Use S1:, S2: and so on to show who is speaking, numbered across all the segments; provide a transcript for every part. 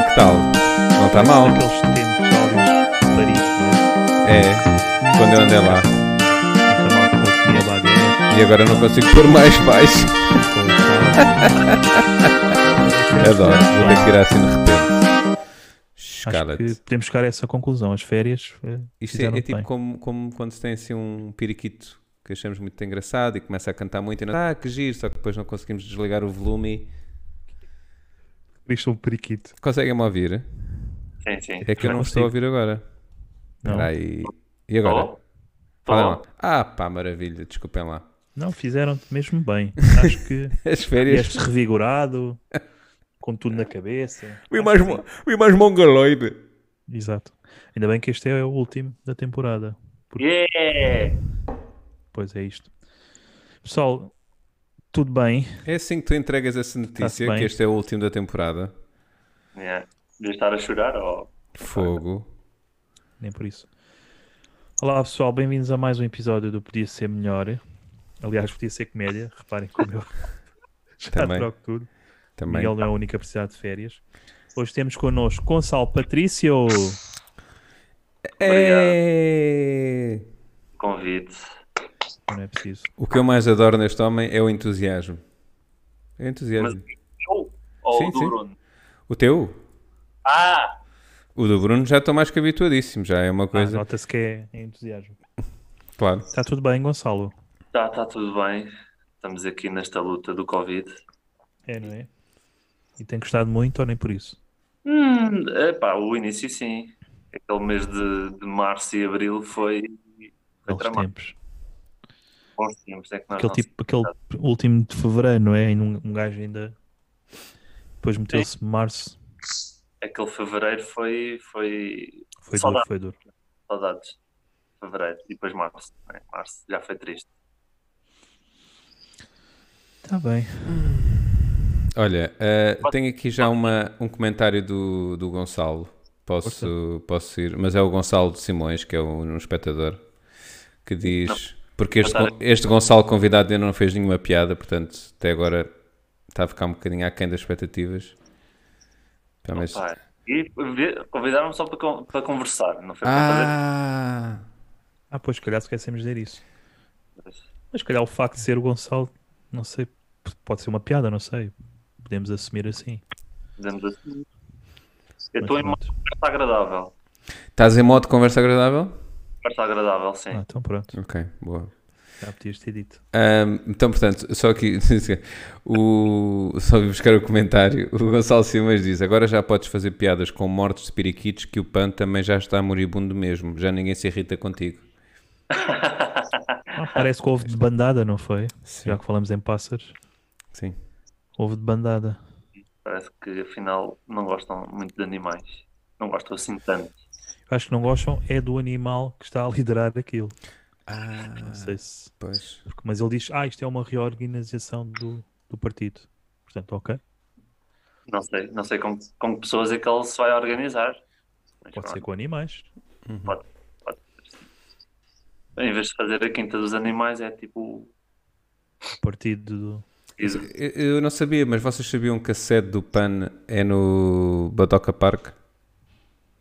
S1: está tá mal.
S2: Aqueles tempos áureos de Paris, né?
S1: É, quando eu andei lá.
S2: Aquela hora que eu comia baguete,
S1: E agora não consigo pôr mais baixo.
S2: com o pão.
S1: Adoro, É vou ter que tirar assim de repente.
S2: Acho que
S1: Escala-te.
S2: podemos chegar a essa conclusão. As férias eh,
S1: Isto é,
S2: fizeram
S1: é
S2: bem.
S1: tipo como, como quando se tem assim um periquito que achamos muito engraçado e começa a cantar muito e nós, ah, que giro, só que depois não conseguimos desligar o volume.
S2: Viste um periquito.
S1: Conseguem-me ouvir?
S3: Sim, sim.
S1: É que eu
S2: Já
S1: não estou
S2: consigo.
S1: a ouvir agora.
S2: Não.
S1: Espera aí. E agora?
S3: Tô?
S1: Falem
S3: Tô?
S1: lá. Ah, pá, maravilha, desculpem lá.
S2: Não, fizeram-te mesmo bem. Acho que
S1: As férias.
S2: vieste revigorado, com tudo na cabeça.
S1: Fui mais, mo- fui mais mongoloide.
S2: Exato. Ainda bem que este é o último da temporada.
S3: Yeah!
S2: Pois é isto. Pessoal, tudo bem?
S1: É assim que tu entregas essa notícia,
S2: bem.
S1: que este é o último da temporada.
S3: Yeah. Devias é. estar a chorar ou.
S1: Fogo.
S2: Nem por isso. Olá pessoal, bem-vindos a mais um episódio do Podia Ser Melhor. Aliás, podia ser comédia, reparem como eu já
S1: Também.
S2: troco tudo.
S1: Também.
S2: Miguel não é a única a precisar de férias. Hoje temos connosco Gonçalo Patrício.
S1: É...
S3: Convite.
S2: Não é preciso.
S1: O que eu mais adoro neste homem é o entusiasmo. É o entusiasmo.
S3: Ou, ou
S1: Sim,
S3: do
S1: sim.
S3: Bruno.
S1: O teu?
S3: Ah!
S1: O do Bruno já estou mais que habituadíssimo, já é uma
S2: Ah,
S1: coisa.
S2: Nota-se que é é entusiasmo.
S1: claro.
S2: Está tudo bem, Gonçalo?
S3: Está tá tudo bem. Estamos aqui nesta luta do Covid.
S2: É, não é? E tem gostado muito ou nem por isso?
S3: Hum, epá, o início sim. Aquele mês de, de março e abril foi. Foi
S2: Aqueles
S3: tramado.
S2: tempos.
S3: Bons tempos, é que nós
S2: Aquele
S3: não
S2: tipo, aquele último de fevereiro, não é? Ainda um, um gajo ainda. Depois meteu-se março.
S3: Aquele fevereiro foi. foi...
S2: Foi duro,
S3: Saudades.
S2: foi duro.
S3: Saudades. Fevereiro e depois março. né? Março já foi triste.
S2: Está Tá bem.
S1: Olha, eh, tenho aqui já uma- um comentário do, do Gonçalo. Posso, posso ir, mas é o Gonçalo de Simões, que é um, um espectador, que diz. Porque este, Gon- este Gonçalo convidado ainda não fez nenhuma piada, portanto, até agora está a ficar um bocadinho aquém das expectativas. Pelo menos-
S3: Pá, E vi- convidaram-me só para, con- para conversar, não foi para
S1: Ah!
S2: Ah, pois, se calhar esquecemos de dizer isso.
S3: fazer.
S2: Mas se calhar o facto de ser o Gonçalo, não sei, p- pode ser uma piada, não sei. Podemos assumir assim.
S3: Dizemos assim.
S2: Mas
S3: Eu estou em uma
S2: pronto.
S3: conversa agradável.
S1: Estás em modo conversa agradável?
S3: Conversa agradável, sim.
S2: Ah, então pronto.
S1: Ok, boa.
S2: Já podias ter dito.
S1: Ahm, então, portanto, só aqui o, só vim buscar o comentário. O Gonçalo Simas diz: Agora já podes fazer piadas com mortos de periquitos que o PAN também já está moribundo mesmo. Já ninguém se irrita contigo.
S2: Ah, parece que houve de bandada, não foi?
S1: Sim.
S2: Já que falamos em pássaros,
S1: Sim.
S2: houve de bandada.
S3: Parece que afinal não gostam muito de animais. Não gostam assim tanto.
S2: Eu acho que não gostam, é do animal que está a liderar aquilo. Ah,
S1: Ah.
S2: Não sei se.
S1: Pois.
S2: porque- Mas ele diz: Ah, isto é uma reorganização do, do partido. Portanto, ok.
S3: Não sei, não sei com, com que pessoas é que ele se vai organizar. Mas
S2: Pode ser
S3: pronto,
S2: com animais.
S3: pode, pode ser. Em vez de fazer a quinta dos animais, é tipo.
S2: Partido do.
S3: Isso.
S1: Eu, eu não sabia, mas vocês sabiam que a sede do PAN é no Badoca Park?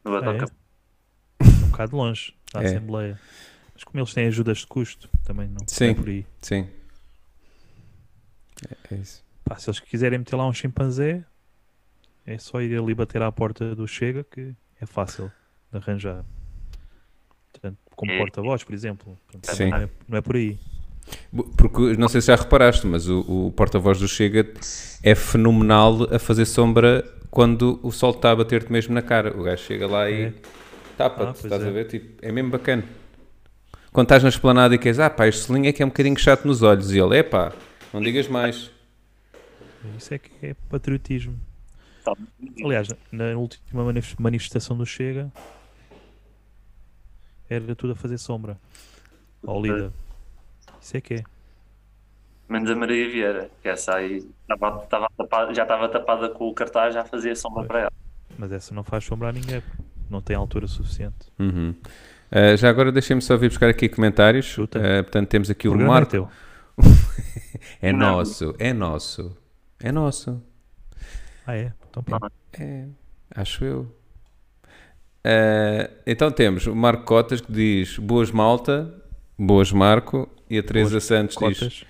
S3: no
S2: Ah, é?
S3: Adoca-
S2: um bocado longe da
S1: É.
S2: Assembleia. Mas como eles têm ajudas de custo, também não
S1: Sim.
S2: é por aí.
S1: Sim. É, é isso.
S2: Pá, se eles quiserem meter lá um chimpanzé, é só ir ali bater à porta do Chega que é fácil de arranjar. Portanto, como
S3: É.
S2: porta-voz, por exemplo. Portanto,
S1: Sim.
S2: Não, é, não é por aí.
S1: Bo- Porque não sei se já reparaste, mas o, o porta-voz do Chega é fenomenal a fazer sombra quando o sol está a bater-te mesmo na cara. O gajo chega lá e
S2: É.
S1: tapa-te,
S2: Ah, pois
S1: estás
S2: é.
S1: a ver? Tipo, é mesmo bacana. Quando estás na esplanada e queres, ah pá, este selinho é que é um bocadinho chato nos olhos. E ele, é pá, não digas mais.
S2: Isso é que é patriotismo.
S3: Tá.
S2: Aliás, na última manif- manifestação do Chega, era tudo a fazer sombra ao líder. Isso é que é.
S3: Menos a Maria Vieira, que essa aí tava- tava tapada- já estava tapada com o cartaz, já fazia sombra para ela.
S2: Mas essa não faz sombra a ninguém. Não tem altura suficiente.
S1: Uhum. Ah, já agora deixem-me só vir buscar aqui comentários.
S2: Chuta.
S1: Ah, portanto, temos aqui o,
S2: programa é
S1: Marco.
S2: teu.
S1: É
S3: Não.
S1: nosso, é nosso, é nosso.
S2: Ah, é? Então, pronto.
S1: É, acho eu. Eh, então temos o Marco Cotas que diz boas malta, boas Marco, e a Teresa Santos diz,
S2: Cotas.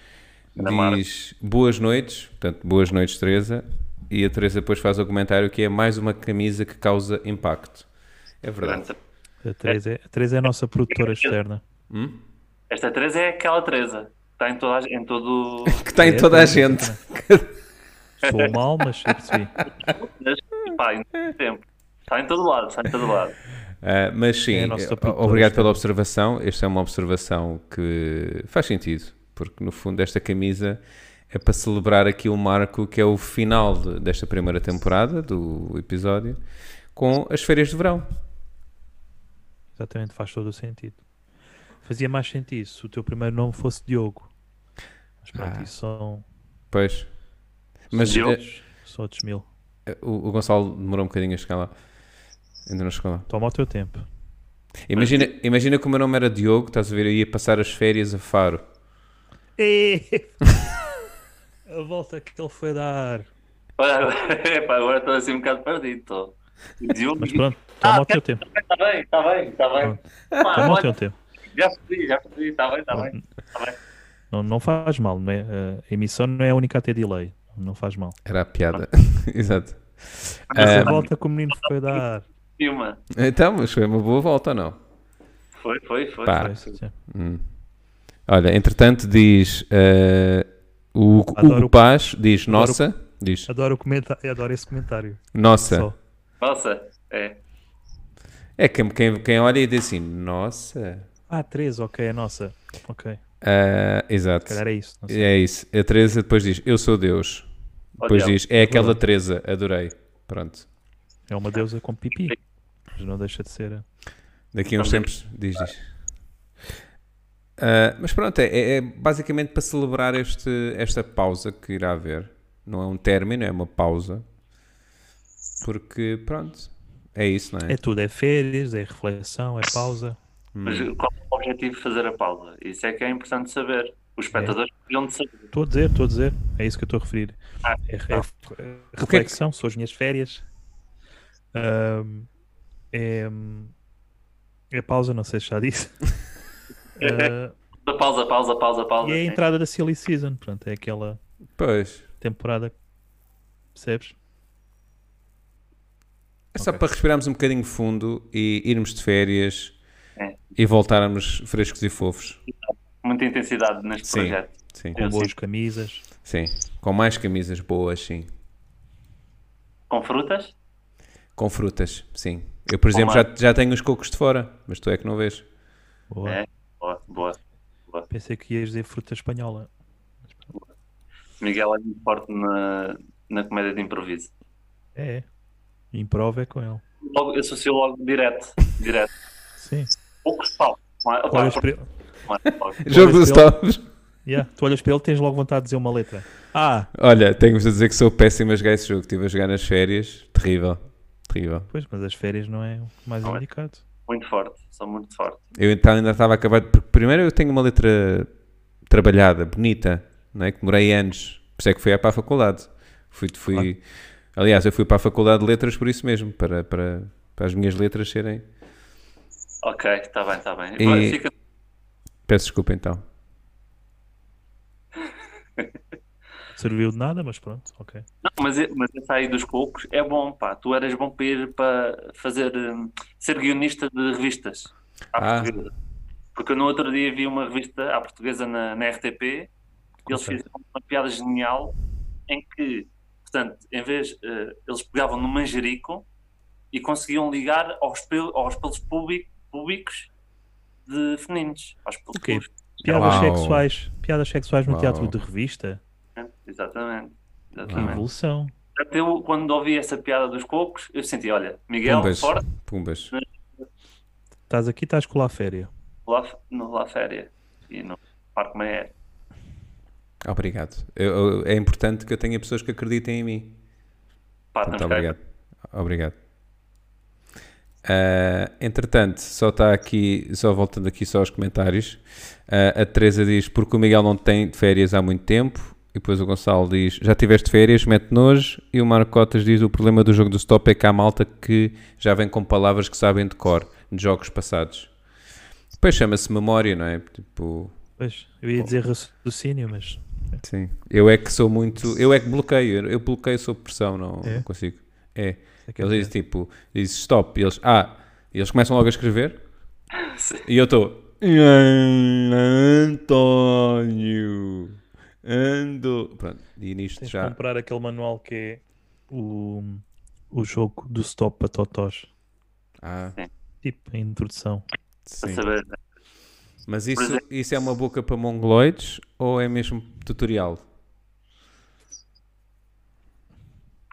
S3: Ana Marco.
S1: diz boas noites, portanto, boas noites, Teresa, e a Teresa depois faz o comentário que é mais uma camisa que causa impacto. É verdade.
S3: Portanto,
S2: A Teresa, é- a Teresa é a nossa produtora externa.
S1: Hum?
S3: Esta Teresa é aquela Teresa. Está em, toda a- em todo.
S1: Que está em
S2: É,
S1: toda a
S2: pois,
S1: gente.
S2: Estou mal, mas eu percebi.
S3: Pá, em todo tempo. Está em todo lado, está em todo lado.
S1: Ah, mas sim,
S2: É a nossa
S1: eh,
S2: produtora,
S1: obrigado
S2: sim.
S1: pela observação. Esta é uma observação que faz sentido, porque no fundo esta camisa é para celebrar aqui o marco que é o final de- desta primeira temporada do episódio com as férias de verão.
S2: Exatamente, faz todo o sentido. Fazia mais sentido se o teu primeiro nome fosse Diogo. Mas pronto,
S1: Ah.
S2: isso são,
S1: Pois. Mas
S3: Sim.
S1: eh,
S2: são outros mil.
S1: eh, o, o Gonçalo demorou um bocadinho a chegar lá. Ainda não chegou lá.
S2: Toma o teu tempo.
S1: Imagina, imagina que o meu nome era Diogo, estás a ver, eu ia passar as férias a Faro.
S2: a volta que ele foi dar.
S3: Olha, agora- epá, agora estou assim um bocado perdido. Estou. Diogo,
S2: Mas pronto, toma o teu tempo.
S3: está Tá bem, está bem, está bem. Pá,
S2: Toma o
S3: olha,
S2: teu tempo.
S3: já percebi, já percebi, está bem, está bem.
S2: Não, não faz mal, não é? A emissão não é a única a ter delay. Não faz mal.
S1: Era a piada. Exato.
S2: Essa
S1: Ah,
S2: volta que o menino foi dar.
S3: E uma.
S1: então, mas foi uma boa volta ou não?
S3: Foi, foi, foi.
S1: Pá.
S3: foi.
S2: Foi, sim.
S1: Olha, entretanto diz eh, o Hugo
S2: Adoro o-
S1: Paz, diz
S2: adoro o-
S1: nossa, diz
S2: Adoro, o comentário, adoro esse comentário.
S1: nossa.
S2: Só.
S3: Nossa, é.
S1: É quem, quem, quem olha e diz assim, nossa.
S2: Ah, 13, ok, é nossa. Ok, se
S1: Ah, exato.
S2: calhar é isso. não sei.
S1: É isso. A Teresa depois diz, eu sou Deus. Depois
S3: diabo.
S1: diz, é aquela Teresa, adorei. Pronto.
S2: É uma deusa com pipi. Mas não deixa de ser. é
S1: Daqui a uns
S3: Também.
S1: tempos diz, diz. Ah, mas pronto, é, é basicamente para celebrar este, esta pausa que irá haver. Não é um término, é uma pausa. Porque, pronto, é isso, não
S2: É tudo, é férias, é reflexão, é pausa.
S3: Mas qual é o objetivo de fazer a pausa? Isso é que é importante saber. Os espectadores precisam de saber.
S2: Estou a dizer, estou a dizer. É isso que eu estou a referir.
S3: Ah,
S2: É, é- é reflexão, são as minhas férias. Ahm, é, é pausa, não sei se já disse. Ah,
S3: Pausa, pausa, pausa, É pausa.
S2: e é a
S3: sim.
S2: entrada da Silly Season, pronto, é aquela
S1: Pois,
S2: temporada. Percebes?
S1: é só
S2: Ok.
S1: para respirarmos um bocadinho fundo e irmos de férias
S3: É.
S1: e voltarmos frescos e fofos.
S3: Muita intensidade neste
S1: Sim.
S3: projeto.
S1: Sim,
S2: Com
S3: Eu
S2: boas camisas.
S1: sim. Com mais camisas boas, sim.
S3: Com frutas?
S1: Com frutas, sim. Eu, por exemplo,
S3: mais-
S1: já, já tenho os cocos de fora, mas tu é que não vês.
S2: Boa.
S3: É. Boa, boa.
S2: Pensei que ias dizer fruta espanhola.
S3: Miguel é muito forte na, na comédia de improviso.
S2: É. é. Improva é com ele.
S3: Logo, eu associo logo direto. Direto.
S2: Sim. é
S3: Poucos palcos.
S2: Tu olhas para ele-
S1: Jogo
S2: Pois,
S1: dos stops.
S2: Yeah, tu olhas para ele, tens logo vontade de dizer uma letra. Ah,
S1: Olha, tenho-vos a dizer que sou péssimo a jogar esse jogo. Estive a jogar nas férias. Terrível. Terrível.
S2: pois, mas as férias não é o mais
S3: Não é.
S2: indicado.
S3: Muito forte. São muito forte.
S1: Eu então ainda estava acabado. Porque primeiro eu tenho uma letra trabalhada, bonita, não é? que demorei anos. Por isso é que fui para a faculdade. Fui, fui... Aliás, eu fui para a faculdade de letras por isso mesmo, para, para, para as minhas letras serem.
S3: Ok, está bem, está bem.
S1: E-
S3: Vai, Fica
S1: Peço desculpa então.
S2: Serviu de nada, mas pronto, ok.
S3: Não, mas, e- mas essa aí dos cocos é bom, pá. Tu eras bom para ir para fazer hum, ser guionista de revistas à
S1: Ah.
S3: portuguesa. Porque eu no outro dia vi uma revista à portuguesa na, na RTP e eles
S2: Consegue.
S3: fizeram uma piada genial em que, portanto, em vez eh, eles pegavam no manjerico e conseguiam ligar aos, pel- aos pelos público- públicos de femininos. Aos pelos
S2: O quê?
S3: públicos.
S2: Piadas
S1: Uau.
S2: sexuais, piadas sexuais no
S1: Uau.
S2: teatro de revista.
S3: né? Exatamente.
S2: Que
S1: é.
S3: Exatamente.
S2: evolução.
S3: Portanto, Eu, quando ouvi essa piada dos cocos, eu senti, olha, Miguel,
S1: Pumbas.
S3: é um forte,
S1: Pumbas.
S2: Estás aqui, estás com lá a féria.
S3: lá, no, lá féria e no Parque Maia.
S1: Obrigado. Eu- eu- é importante que eu tenha pessoas que acreditem em mim.
S3: Pá,
S1: Muito
S3: estamos cá.
S1: obrigado. Obrigado. Ah, entretanto, só está aqui, só voltando aqui só aos comentários, ah, a Teresa diz, porque o Miguel não tem férias há muito tempo, E depois o Gonçalo diz: Já tiveste férias, mete nojo. E o Marco Cotas diz: O problema do jogo do stop é que há malta que já vem com palavras que sabem de cor, de jogos passados. Depois chama-se memória, não é? Tipo.
S2: Pois, eu ia dizer raciocínio, mas.
S1: Sim. Eu é que sou muito. Eu é que bloqueio. Eu bloqueio sob pressão, não,
S2: É?
S1: não consigo. É.
S2: que é
S1: Eles dizem tipo, diz stop. E eles, ah, e eles começam logo a escrever.
S3: Sim.
S1: E eu estou. António. Ando. Pronto, e nisto
S2: Tens de
S1: já.
S2: comprar aquele manual que é o, o jogo do stop para totós.
S1: Ah,
S2: Tipo, a introdução.
S1: sim.
S3: Para saber.
S1: Mas isso,
S3: exemplo-
S1: isso é uma boca para mongoloides ou é mesmo tutorial?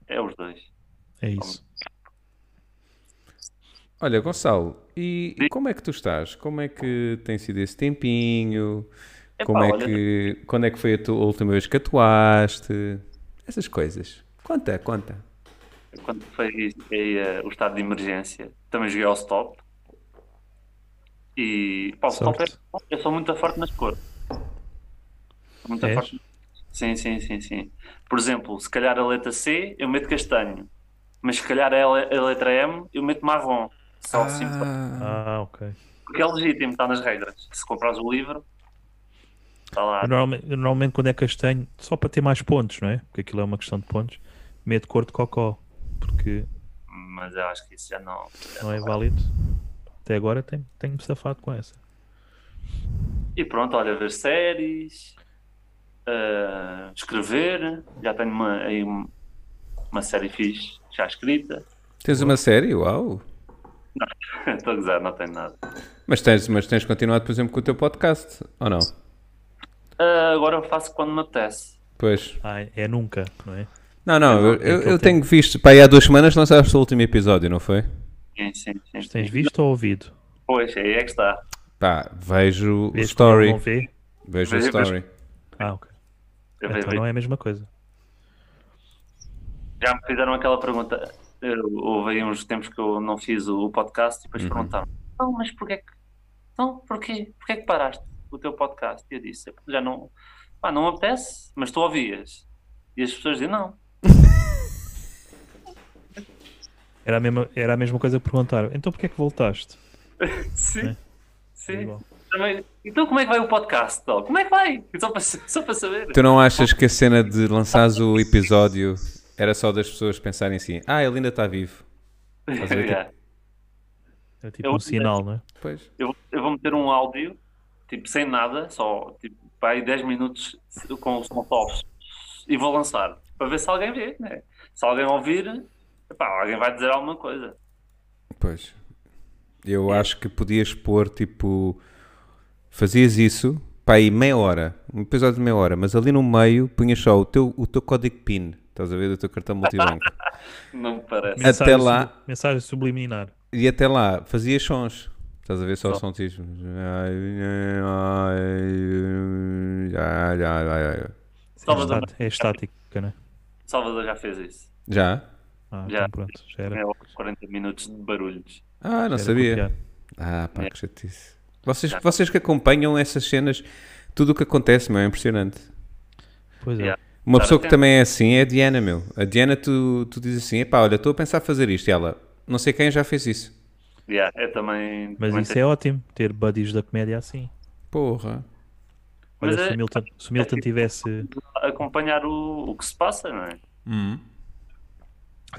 S3: É os dois.
S2: É isso.
S1: Olha, Gonçalo, e
S3: Sim.
S1: como é que tu estás? Como é que tem sido esse tempinho?
S3: Epá,
S1: Como é
S3: olha,
S1: que, quando é que foi a, tua, a última vez que atuaste? Essas coisas. Conta, conta.
S3: Quando foi eh, o estado de emergência, também joguei ao stop. E pá, o stop
S2: Sorte.
S3: é, eu sou muito forte nas cores. Sou Muito
S2: És?
S3: forte. Sim, sim, sim, sim. Por exemplo, se calhar a letra C eu meto castanho, mas se calhar a, le- a letra M eu meto marrom. Só assim,
S1: Ah,
S2: Ah, ok.
S3: porque é legítimo, está nas regras. Se comprares o livro, está lá.
S2: Eu normalmente, eu normalmente quando é castanho, só para ter mais pontos, não é? Porque aquilo é uma questão de pontos, meto cor de cocó, porque
S3: Mas eu acho que isso já não.
S2: não é válido. Até agora tenho- tenho-me safado com essa.
S3: E pronto, olha, ver séries, ah, escrever. Já tenho uma, aí um- uma série fixe já escrita.
S1: tens uma série? Uau!
S3: Estou a gozar, não tenho nada.
S1: Mas tens, mas tens continuado, por exemplo, com o teu podcast, ou não?
S3: Ah, agora eu faço quando me apetece.
S1: Pois.
S2: Ah, é nunca, não é?
S1: Não, não, eu, eu,
S2: aquele
S1: eu tenho visto. Pá, aí há duas semanas lançaste o último episódio, não foi?
S3: Sim, sim, sim,
S2: Mas
S3: sim.
S2: tens visto ou ouvido?
S3: Pois, aí é que está.
S1: Pá, vejo o
S2: Vês quando
S1: story.
S2: Não vê?
S1: Vejo o
S3: Vejo-
S1: story.
S2: Ah, ok.
S3: Eu
S2: Então
S3: vejo-
S2: não é a mesma coisa.
S3: Já me fizeram aquela pergunta. Eu, houve aí uns tempos que eu não fiz o, o podcast e depois perguntaram: Não, mas porquê que. Não, porquê? Porquê que paraste o teu podcast? E eu disse: "É porque Já não. Pá, não me apetece, mas tu ouvias. E as pessoas dizem: Não.
S2: Era a mesma, era a mesma coisa que perguntar. Então porquê é que voltaste?
S3: Sim.
S2: É. É
S3: Sim.
S2: igual.
S3: Também- Então como é que vai o podcast? tal? Como é que vai? Só para, só para saber.
S1: Tu não achas que a cena de lançares o episódio era só das pessoas pensarem assim: ah, ele ainda está vivo? Estás a ver?
S3: Yeah.
S2: É tipo
S3: Eu-
S2: um sinal, não é?
S1: Pois.
S3: eu, eu vou meter um áudio, tipo, sem nada, só tipo, vai 10 minutos com os montagens e vou lançar para ver se alguém vê, né? Se alguém ouvir, epá, alguém vai dizer alguma coisa.
S1: Pois. Eu acho que podias pôr tipo. Fazias isso para aí meia hora, um episódio de meia hora, mas ali no meio punhas só o teu, o teu código PIN, estás a ver? Do teu cartão multibanco.
S3: Não me parece.
S1: Até
S2: Mensagem
S1: lá.
S2: sub- Mensagem subliminar. É
S1: e até lá, fazias sons, estás a ver? Só,
S3: Só.
S1: sons tipo. Já?
S2: É,
S3: Salvador
S2: estat- é estática, não é?
S3: Salvador já fez isso.
S2: Ah,
S3: Já.
S2: então pronto, já era.
S3: É, 40 minutos de barulhos.
S1: Ah, não
S2: já era
S1: sabia.
S2: copiar.
S1: Ah, pá, que chatice. Vocês, vocês que acompanham essas cenas, tudo o que acontece, meu, é impressionante.
S2: Pois é.
S3: Yeah.
S1: Uma
S3: Estar
S1: pessoa que
S3: atento.
S1: também é assim é a Diana, meu. A Diana, tu, tu dizes assim: epá, olha, estou a pensar fazer isto. E ela, não sei quem já fez isso.
S3: Yeah, é também.
S2: Mas
S3: também
S2: isso
S3: tem-
S2: é ótimo, ter buddies da comédia assim.
S1: Porra.
S2: Olha,
S3: Mas
S2: se,
S3: é-
S2: o Milton, se o Milton tivesse.
S3: acompanhar o, o que se passa, não é?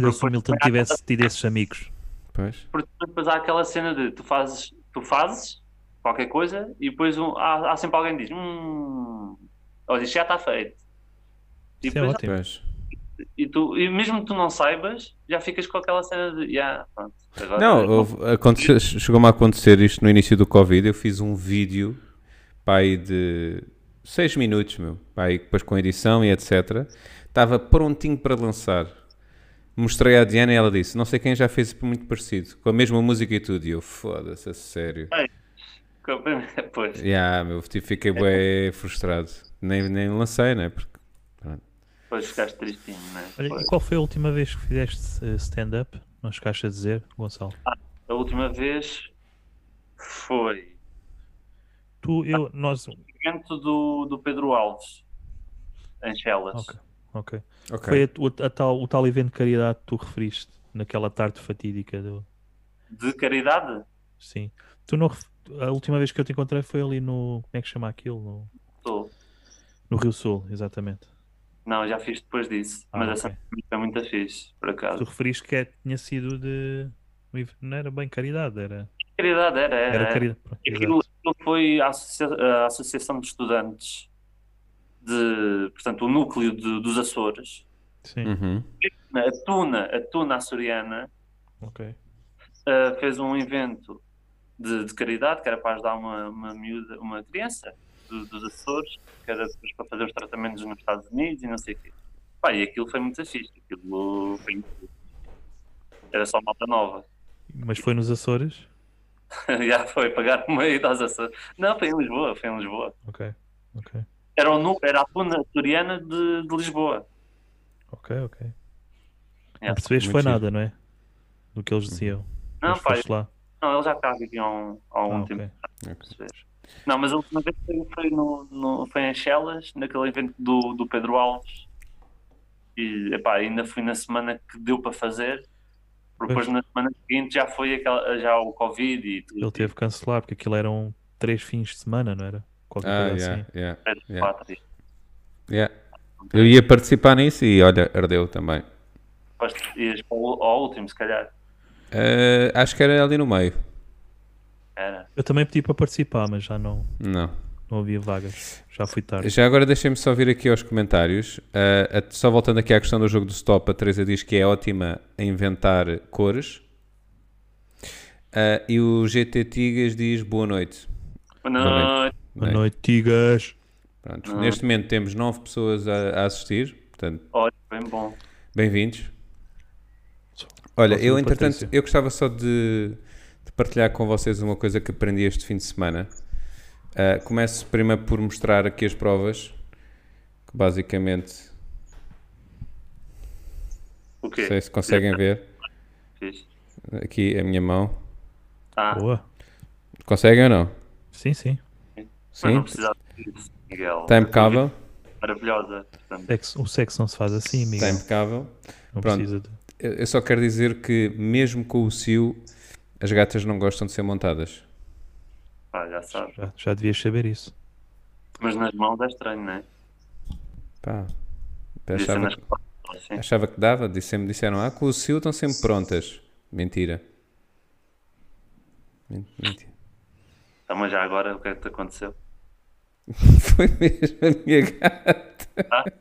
S2: Olha, se o Milton tivesse tido esses amigos.
S1: Pois.
S3: Porque depois há aquela cena de tu fazes, tu fazes qualquer coisa e depois um- há, há sempre alguém que diz: Hum, olha, isto já está feito. E
S2: Isso é
S3: depois
S2: ótimo.
S1: Pois.
S3: E, tu, e mesmo que tu não saibas, já ficas com aquela cena de. Yeah, pronto, agora-
S1: Não, houve- aconteceu- chegou-me a acontecer isto no início do Covid. Eu fiz um vídeo, pai, de 6 minutos, meu. Pai, depois com edição e etc. Estava prontinho para lançar. Mostrei à Diana e ela disse: Não sei quem já fez muito parecido, com a mesma música e tudo. E eu, foda-se, a sério.
S3: Pois,
S1: Yeah, meu, tipo, fiquei bem frustrado. Nem, nem lancei, né? Porque, pronto.
S3: depois ficaste tristinho, né?
S2: Olha,
S3: Pois.
S2: e qual foi a última vez que fizeste eh, stand-up? Não chegaste a dizer, Gonçalo?
S3: A última vez foi
S2: Tu, eu, nós.
S3: o evento do, do Pedro Alves. em Chelas.
S2: Ok, ok.
S1: Ok.
S2: Foi a- o, a tal, o tal evento de caridade que tu referiste naquela tarde fatídica do.
S3: De caridade?
S2: Sim. Tu não ref- A última vez que eu te encontrei foi ali no. Como é que chama aquilo? No,
S3: Estou.
S2: no Rio Sul, exatamente.
S3: Não, já fiz depois disso.
S2: Ah,
S3: mas
S2: ok.
S3: essa foi muito fixe, por acaso.
S2: Tu referiste que é- tinha sido de. um Não era bem caridade, era.
S3: Caridade era, era.
S2: Era
S3: era.
S2: caridade. pronto,
S3: Aquilo,
S2: exato.
S3: aquilo foi a, associa- a Associação de Estudantes de, portanto, o núcleo de- dos Açores.
S2: Sim,
S1: Uhum.
S3: A Tuna, a Tuna Açoriana,
S2: ok.
S3: eh, fez um evento de, de caridade que era para ajudar uma, uma, miúda, uma criança do- dos Açores, que era depois para fazer os tratamentos nos Estados Unidos e não sei o quê. Pá, e aquilo foi muito fixe. Aquilo foi muito fixe. Era só malta nova.
S2: Mas foi nos Açores?
S3: Já foi pagar uma ida aos Açores. Não, foi em Lisboa, foi em Lisboa.
S2: Ok, ok,
S3: Era, o, nu- era a Tuna Açoriana de, de Lisboa.
S2: ok, ok.
S3: É, Uhum.
S2: Não percebeste
S1: muito
S2: foi
S1: giro.
S2: nada, não é? Do que eles diziam.
S3: Não,
S2: Mas
S3: pá,
S2: foste lá.
S3: Não, ele já cá vivia há um, há
S2: Ah,
S3: um
S2: ok.
S3: tempo.
S1: Ok.
S3: Não, mas a última vez foi, foi no, no- foi em Chelas, naquele evento do, do Pedro Alves. E epá, ainda fui na semana que deu para fazer, porque
S2: Pois.
S3: depois na semana seguinte já foi aquela, já o Covid e tudo.
S2: Ele teve que cancelar porque aquilo eram três fins de semana, não era? Qualquer
S1: Ah,
S2: coisa
S1: yeah,
S2: assim.
S1: yeah,
S3: Três,
S1: yeah,
S3: quatro dias.
S1: yeah. Eu ia participar nisso e olha, ardeu também.
S3: Depois ias para o- ao último, se calhar.
S1: Eh, acho que era ali no meio.
S3: Era.
S2: Eu também pedi para participar, mas já não,
S1: Não.
S2: não havia vagas. Já fui tarde.
S1: Já agora deixem-me só vir aqui aos comentários. Ah, a- só voltando aqui à questão do jogo do stop, a Teresa diz que é ótima a inventar cores. Ah, e o GT Tigas diz boa noite.
S3: Boa
S1: noite.
S3: noite.
S2: Boa noite, tigas.
S1: Pronto, Neste momento temos nove pessoas a, a assistir, portanto,
S3: Olha, bem bom.
S1: bem-vindos. Olha,
S2: Próxima
S1: eu entretanto,
S2: Patrícia.
S1: eu gostava só de, de partilhar com vocês uma coisa que aprendi este fim de semana. Ah, começo primeiro por mostrar aqui as provas, que basicamente,
S3: O
S1: não
S3: quê?
S1: sei se conseguem ver,
S3: Fixe.
S1: aqui a minha mão.
S3: Ah,
S2: Boa.
S1: Conseguem ou não?
S2: Sim, sim.
S3: mas
S1: Sim?
S3: não precisava disso, Miguel.
S1: Está impecável?
S3: Maravilhosa. portanto.
S2: Sexo- É o sexo não se faz assim, amigo.
S1: Está impecável.
S2: Não
S1: Pronto.
S2: precisa de.
S1: Eu eu só quero dizer que, mesmo com o cio, as gatas não gostam de ser montadas.
S3: Pá, já sabes.
S2: Já, já devias saber isso.
S3: Mas nas mãos é estranho, não é?
S1: Pá,
S3: Podia ser
S1: achava,
S3: nas costas, assim.
S1: achava que dava, disse- sempre disseram, ah, com o cio estão sempre prontas. Mentira. Men- Mentira.
S3: Então, mas já agora, o que é que te aconteceu?
S1: Foi mesmo a minha gata.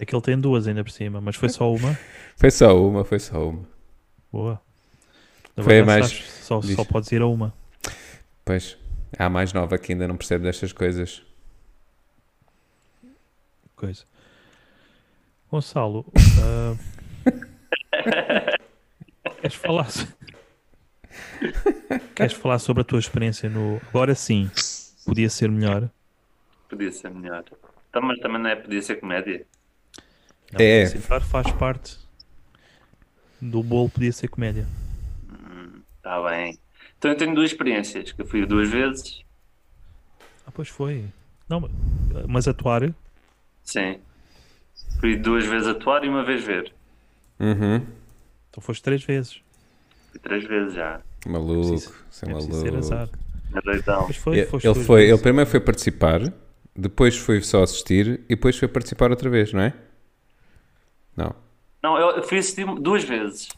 S2: É que ele tem duas ainda por cima, mas foi só uma.
S1: Foi só uma, foi só uma.
S2: Boa. Agora
S1: Foi a
S2: já
S1: mais-
S2: sabes, Só,
S1: diz.
S2: só podes ir a uma.
S1: Pois, há a mais nova que ainda não percebe destas coisas.
S2: É coisa. Gonçalo, ah, queres falar? so- queres falar sobre a tua experiência no. Agora sim, podia ser melhor.
S3: Podia ser melhor. Então, mas também não é, podia ser comédia.
S2: Não,
S1: É.
S2: participar faz parte do bolo, podia ser comédia.
S3: Está bem. Então, eu tenho duas experiências, que eu fui duas vezes.
S2: Ah, pois foi. Não, mas atuar,
S3: Sim. Fui duas vezes atuar e uma vez ver.
S1: Uhum.
S2: então foste três vezes.
S3: Fui três vezes já.
S1: Maluco,
S2: É
S1: sem
S2: preciso
S1: Tá maluco.
S2: ser azar.
S3: Na doidão.
S2: Pois foi,
S1: Ele
S2: foste
S1: ele
S2: duas
S1: foi, ele
S2: vezes.
S1: primeiro foi participar, depois foi só assistir e depois foi participar outra vez, não é? Não.
S3: Não, eu eu fui assistir duas vezes.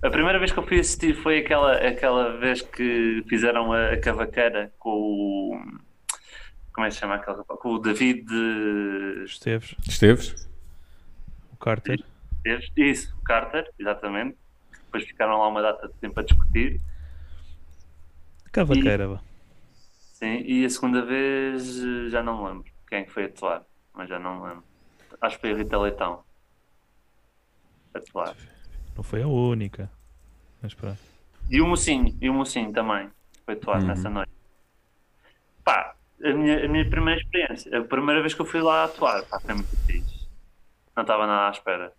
S3: A primeira vez que eu fui assistir foi aquela, aquela vez que fizeram a, a cavaqueira com o. Como é que se chama aquele rapaz? Com o David. eh,
S2: Esteves,
S1: Esteves?
S2: o Carter.
S3: Esteves. eh, Isso, Carter, exatamente. Depois ficaram lá uma data de tempo a discutir.
S2: Cavaqueira, vá.
S3: Sim, e a segunda vez eh, já não me lembro quem é que foi atuar, mas já não me lembro. Acho que foi a Rita Leitão. Atuar.
S2: Não foi a única. Mas pronto.
S3: E o Mocinho, e o Mocinho também foi atuar nessa noite. Pá, a minha, a minha primeira experiência, a primeira vez que eu fui lá atuar, pá, foi muito fixe. Não estava nada à espera.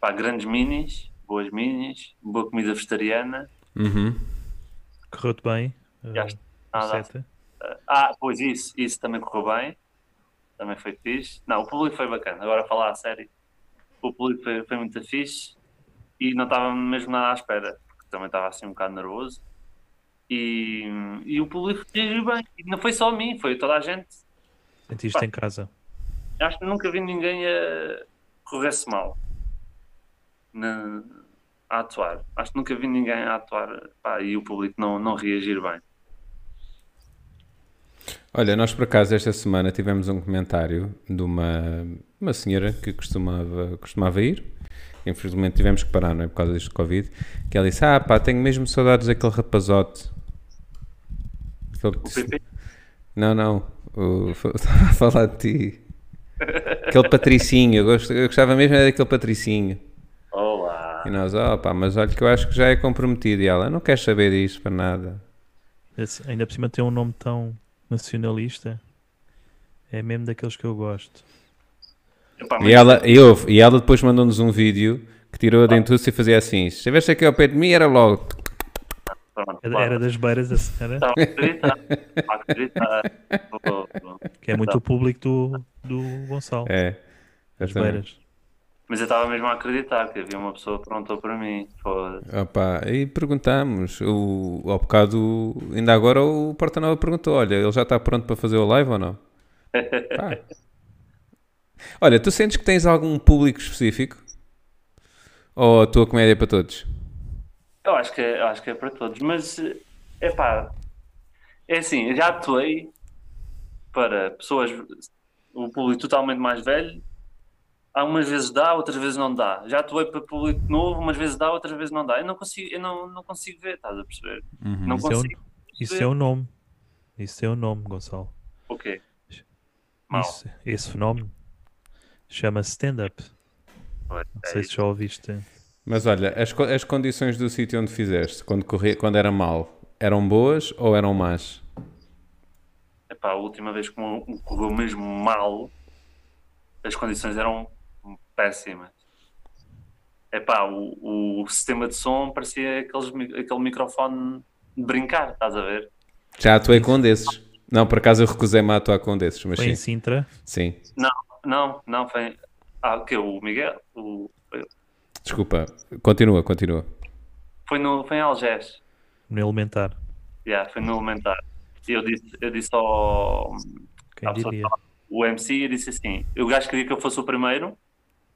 S3: Pá, grandes minis, boas minis, boa comida vegetariana.
S1: Uhum.
S2: Correu-te bem.
S3: Já
S2: ah,
S3: está nada à
S2: seta.
S3: Ah, pois isso, isso também correu bem. também foi fixe. Não, o público foi bacana, agora a falar a sério. O público foi, foi muito fixe e não estava mesmo nada à espera, porque também estava assim um bocado nervoso. E, e o público reagiu bem. E não foi só a mim, foi toda a gente.
S2: Sentiste em casa.
S3: Acho que nunca vi ninguém a correr-se mal na- a atuar. Acho que nunca vi ninguém a atuar pá, e o público não, não reagir bem.
S1: Olha, nós por acaso esta semana tivemos um comentário de uma, uma senhora que costumava, costumava ir, infelizmente tivemos que parar, não é? Por causa disto Covid, que ela disse: Ah, pá, tenho mesmo saudades daquele rapazote. Aquele que
S3: O
S1: disse-
S3: PP
S1: Não, não, o- estava a falar de ti. Aquele patricinho, eu, gosto- eu gostava mesmo era daquele patricinho.
S3: Olá!
S1: E nós, oh pá, mas olha que eu acho que já é comprometido. E ela, não quer saber disso para nada.
S2: Esse- ainda por cima tem um nome tão nacionalista. É mesmo daqueles que eu gosto.
S3: Epá, mas
S1: E ela, e houve- e ela depois mandou-nos um vídeo que tirou a dentuça e fazia assim: se estivesse aqui ao pé de mim, era logo.
S3: pronto,
S2: Era,
S3: claro, Tá.
S2: era das beiras da senhora,
S3: estava a gritar, estava a gritar. Vou- vou-
S2: que é muito o público do, do Gonçalo.
S1: É.
S2: das
S1: exatamente.
S2: beiras.
S3: Mas eu estava mesmo a acreditar que havia uma pessoa que perguntou para mim. Foda-se.
S1: Opa, e perguntámos, o, ao bocado, ainda agora o Porta Nova perguntou: olha, ele já está pronto para fazer o live ou não? Pá. Olha, tu sentes que tens algum público específico? Ou a tua comédia é para todos?
S3: Eu acho que, é- eu acho que é para todos, mas é pá, é assim, eu já atuei para pessoas, o público totalmente mais velho, algumas vezes dá, outras vezes não dá. Já atuei para público novo, umas vezes dá, outras vezes não dá. Eu não consigo, eu não, não consigo ver, estás a perceber? Não
S2: Isso é um-
S3: consigo.
S2: Isso é o nome. Isso é o nome, Gonçalo.
S3: O quê? Mal.
S2: Isso- esse fenómeno chama-se stand-up.
S3: é
S2: Não sei se já ouviste.
S1: Mas olha, as, co- as condições do sítio onde fizeste, quando, corria, quando era mal, eram boas ou eram más?
S3: Epá, a última vez que me me correu mesmo mal, as condições eram péssimas. Epá, o, o sistema de som parecia aqueles, mi- aquele microfone de brincar, estás a ver?
S1: Já atuei com um desses. Não, por acaso eu recusei-me a atuar com um desses, mas
S2: Foi em
S1: sim.
S2: Sintra.
S1: Sim.
S3: Não, não, foi. Ah, o quê? O Miguel? O,
S1: Desculpa. Continua, continua.
S3: foi, no, foi em Algés.
S2: no elementar.
S3: Yeah, foi no Elementar. E eu disse, eu disse ao,
S2: Quem
S3: Ah, pessoal,
S2: diria?
S3: o MC e disse assim: o gajo queria que eu fosse o primeiro,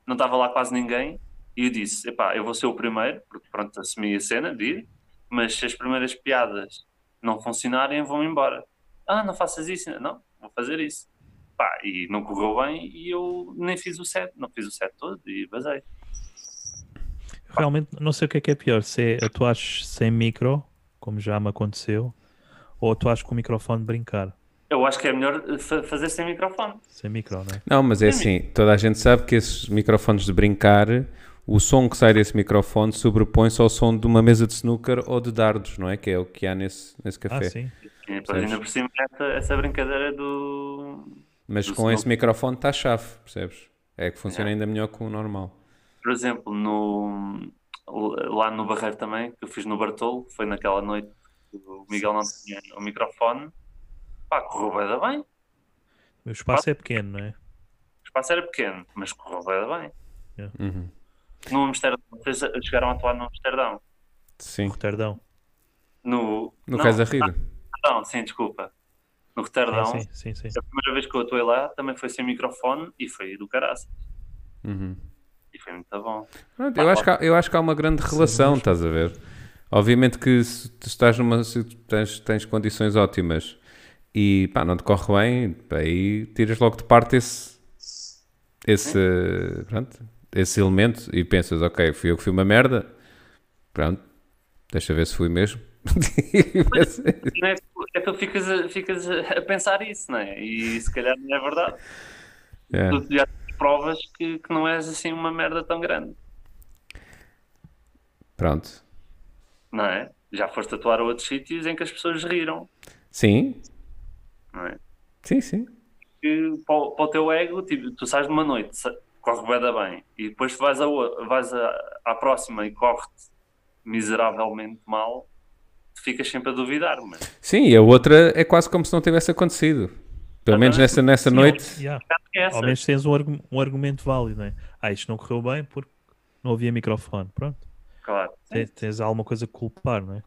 S3: não estava lá quase ninguém, e eu disse: epá, eu vou ser o primeiro, porque pronto, assumi a cena de ir, mas se as primeiras piadas não funcionarem, vou-me embora. Ah, não faças isso, não, vou fazer isso. Pá, e não correu bem, e eu nem fiz o set, não fiz o set todo, e basei.
S2: Realmente não sei o que é que é pior, se é atuar sem micro, como já me aconteceu, ou atuar com o microfone de brincar.
S3: Eu acho que é melhor eh, fa- fazer sem microfone.
S2: Sem micro, né?
S1: Não, mas é assim, toda a gente sabe que esses microfones de brincar, o som que sai desse microfone sobrepõe-se ao som de uma mesa de snooker ou de dardos, não é? Que é o que há nesse, nesse
S2: Ah,
S1: café.
S2: sim.
S3: E depois, ainda por cima, essa, essa brincadeira do.
S1: mas
S3: Do
S1: com esse
S3: snooker.
S1: microfone está chave, percebes? É que funciona ainda melhor que o normal.
S3: por exemplo, no, lá no Barreiro também, que eu fiz no Bartolo, foi naquela noite que o Miguel não tinha o microfone. Pá, correu bué da bem. O
S2: O espaço é pequeno, não é?
S3: espaço era pequeno, mas correu bué da bem.
S1: Uhum.
S3: No Amsterdão, vocês chegaram a atuar no Amsterdão.
S1: Sim.
S2: Roterdão.
S3: No,
S1: No
S3: não,
S1: caso da Rida.
S3: Roterdão, sim, desculpa. No
S2: Ah,
S3: Roterdão,
S2: sim, sim, sim.
S3: a primeira vez que eu atuei lá também foi sem microfone e foi do caraças.
S1: Uhum.
S3: E foi muito bom.
S1: Pronto, eu, acho que há, eu acho que há uma grande relação, estás a ver? Obviamente que se tu estás numa. Se tu tens, tens condições ótimas e pá, não te corre bem, aí tiras logo de parte esse. esse. pronto, esse elemento e pensas, ok, fui eu que fui uma merda, pronto, deixa ver se fui mesmo.
S3: Não é, tu- é tu ficas a, ficas a pensar isso, não é? E se calhar não é verdade.
S1: É.
S3: tu já tens provas que, que não és assim uma merda tão grande,
S1: Pronto.
S3: não é? Já foste atuar a outros sítios em que as pessoas riram,
S1: Sim,
S3: não é?
S1: sim, sim.
S3: Que para, o- para o teu ego, tipo, tu sais de uma noite, sa- corre bué da bem, e depois vais, a, o- vais a- à próxima e corre-te miseravelmente mal, tu ficas sempre a duvidar, mas
S1: Sim, um- e a outra é quase como se não tivesse acontecido. Pelo menos nessa, nessa noite.
S2: Yeah.
S3: que é essa.
S2: Ao menos tens um, argu- um argumento válido, não é? Ah, isto não correu bem porque não havia microfone. Pronto.
S3: Claro.
S2: Tens, tens alguma coisa que culpar, não é?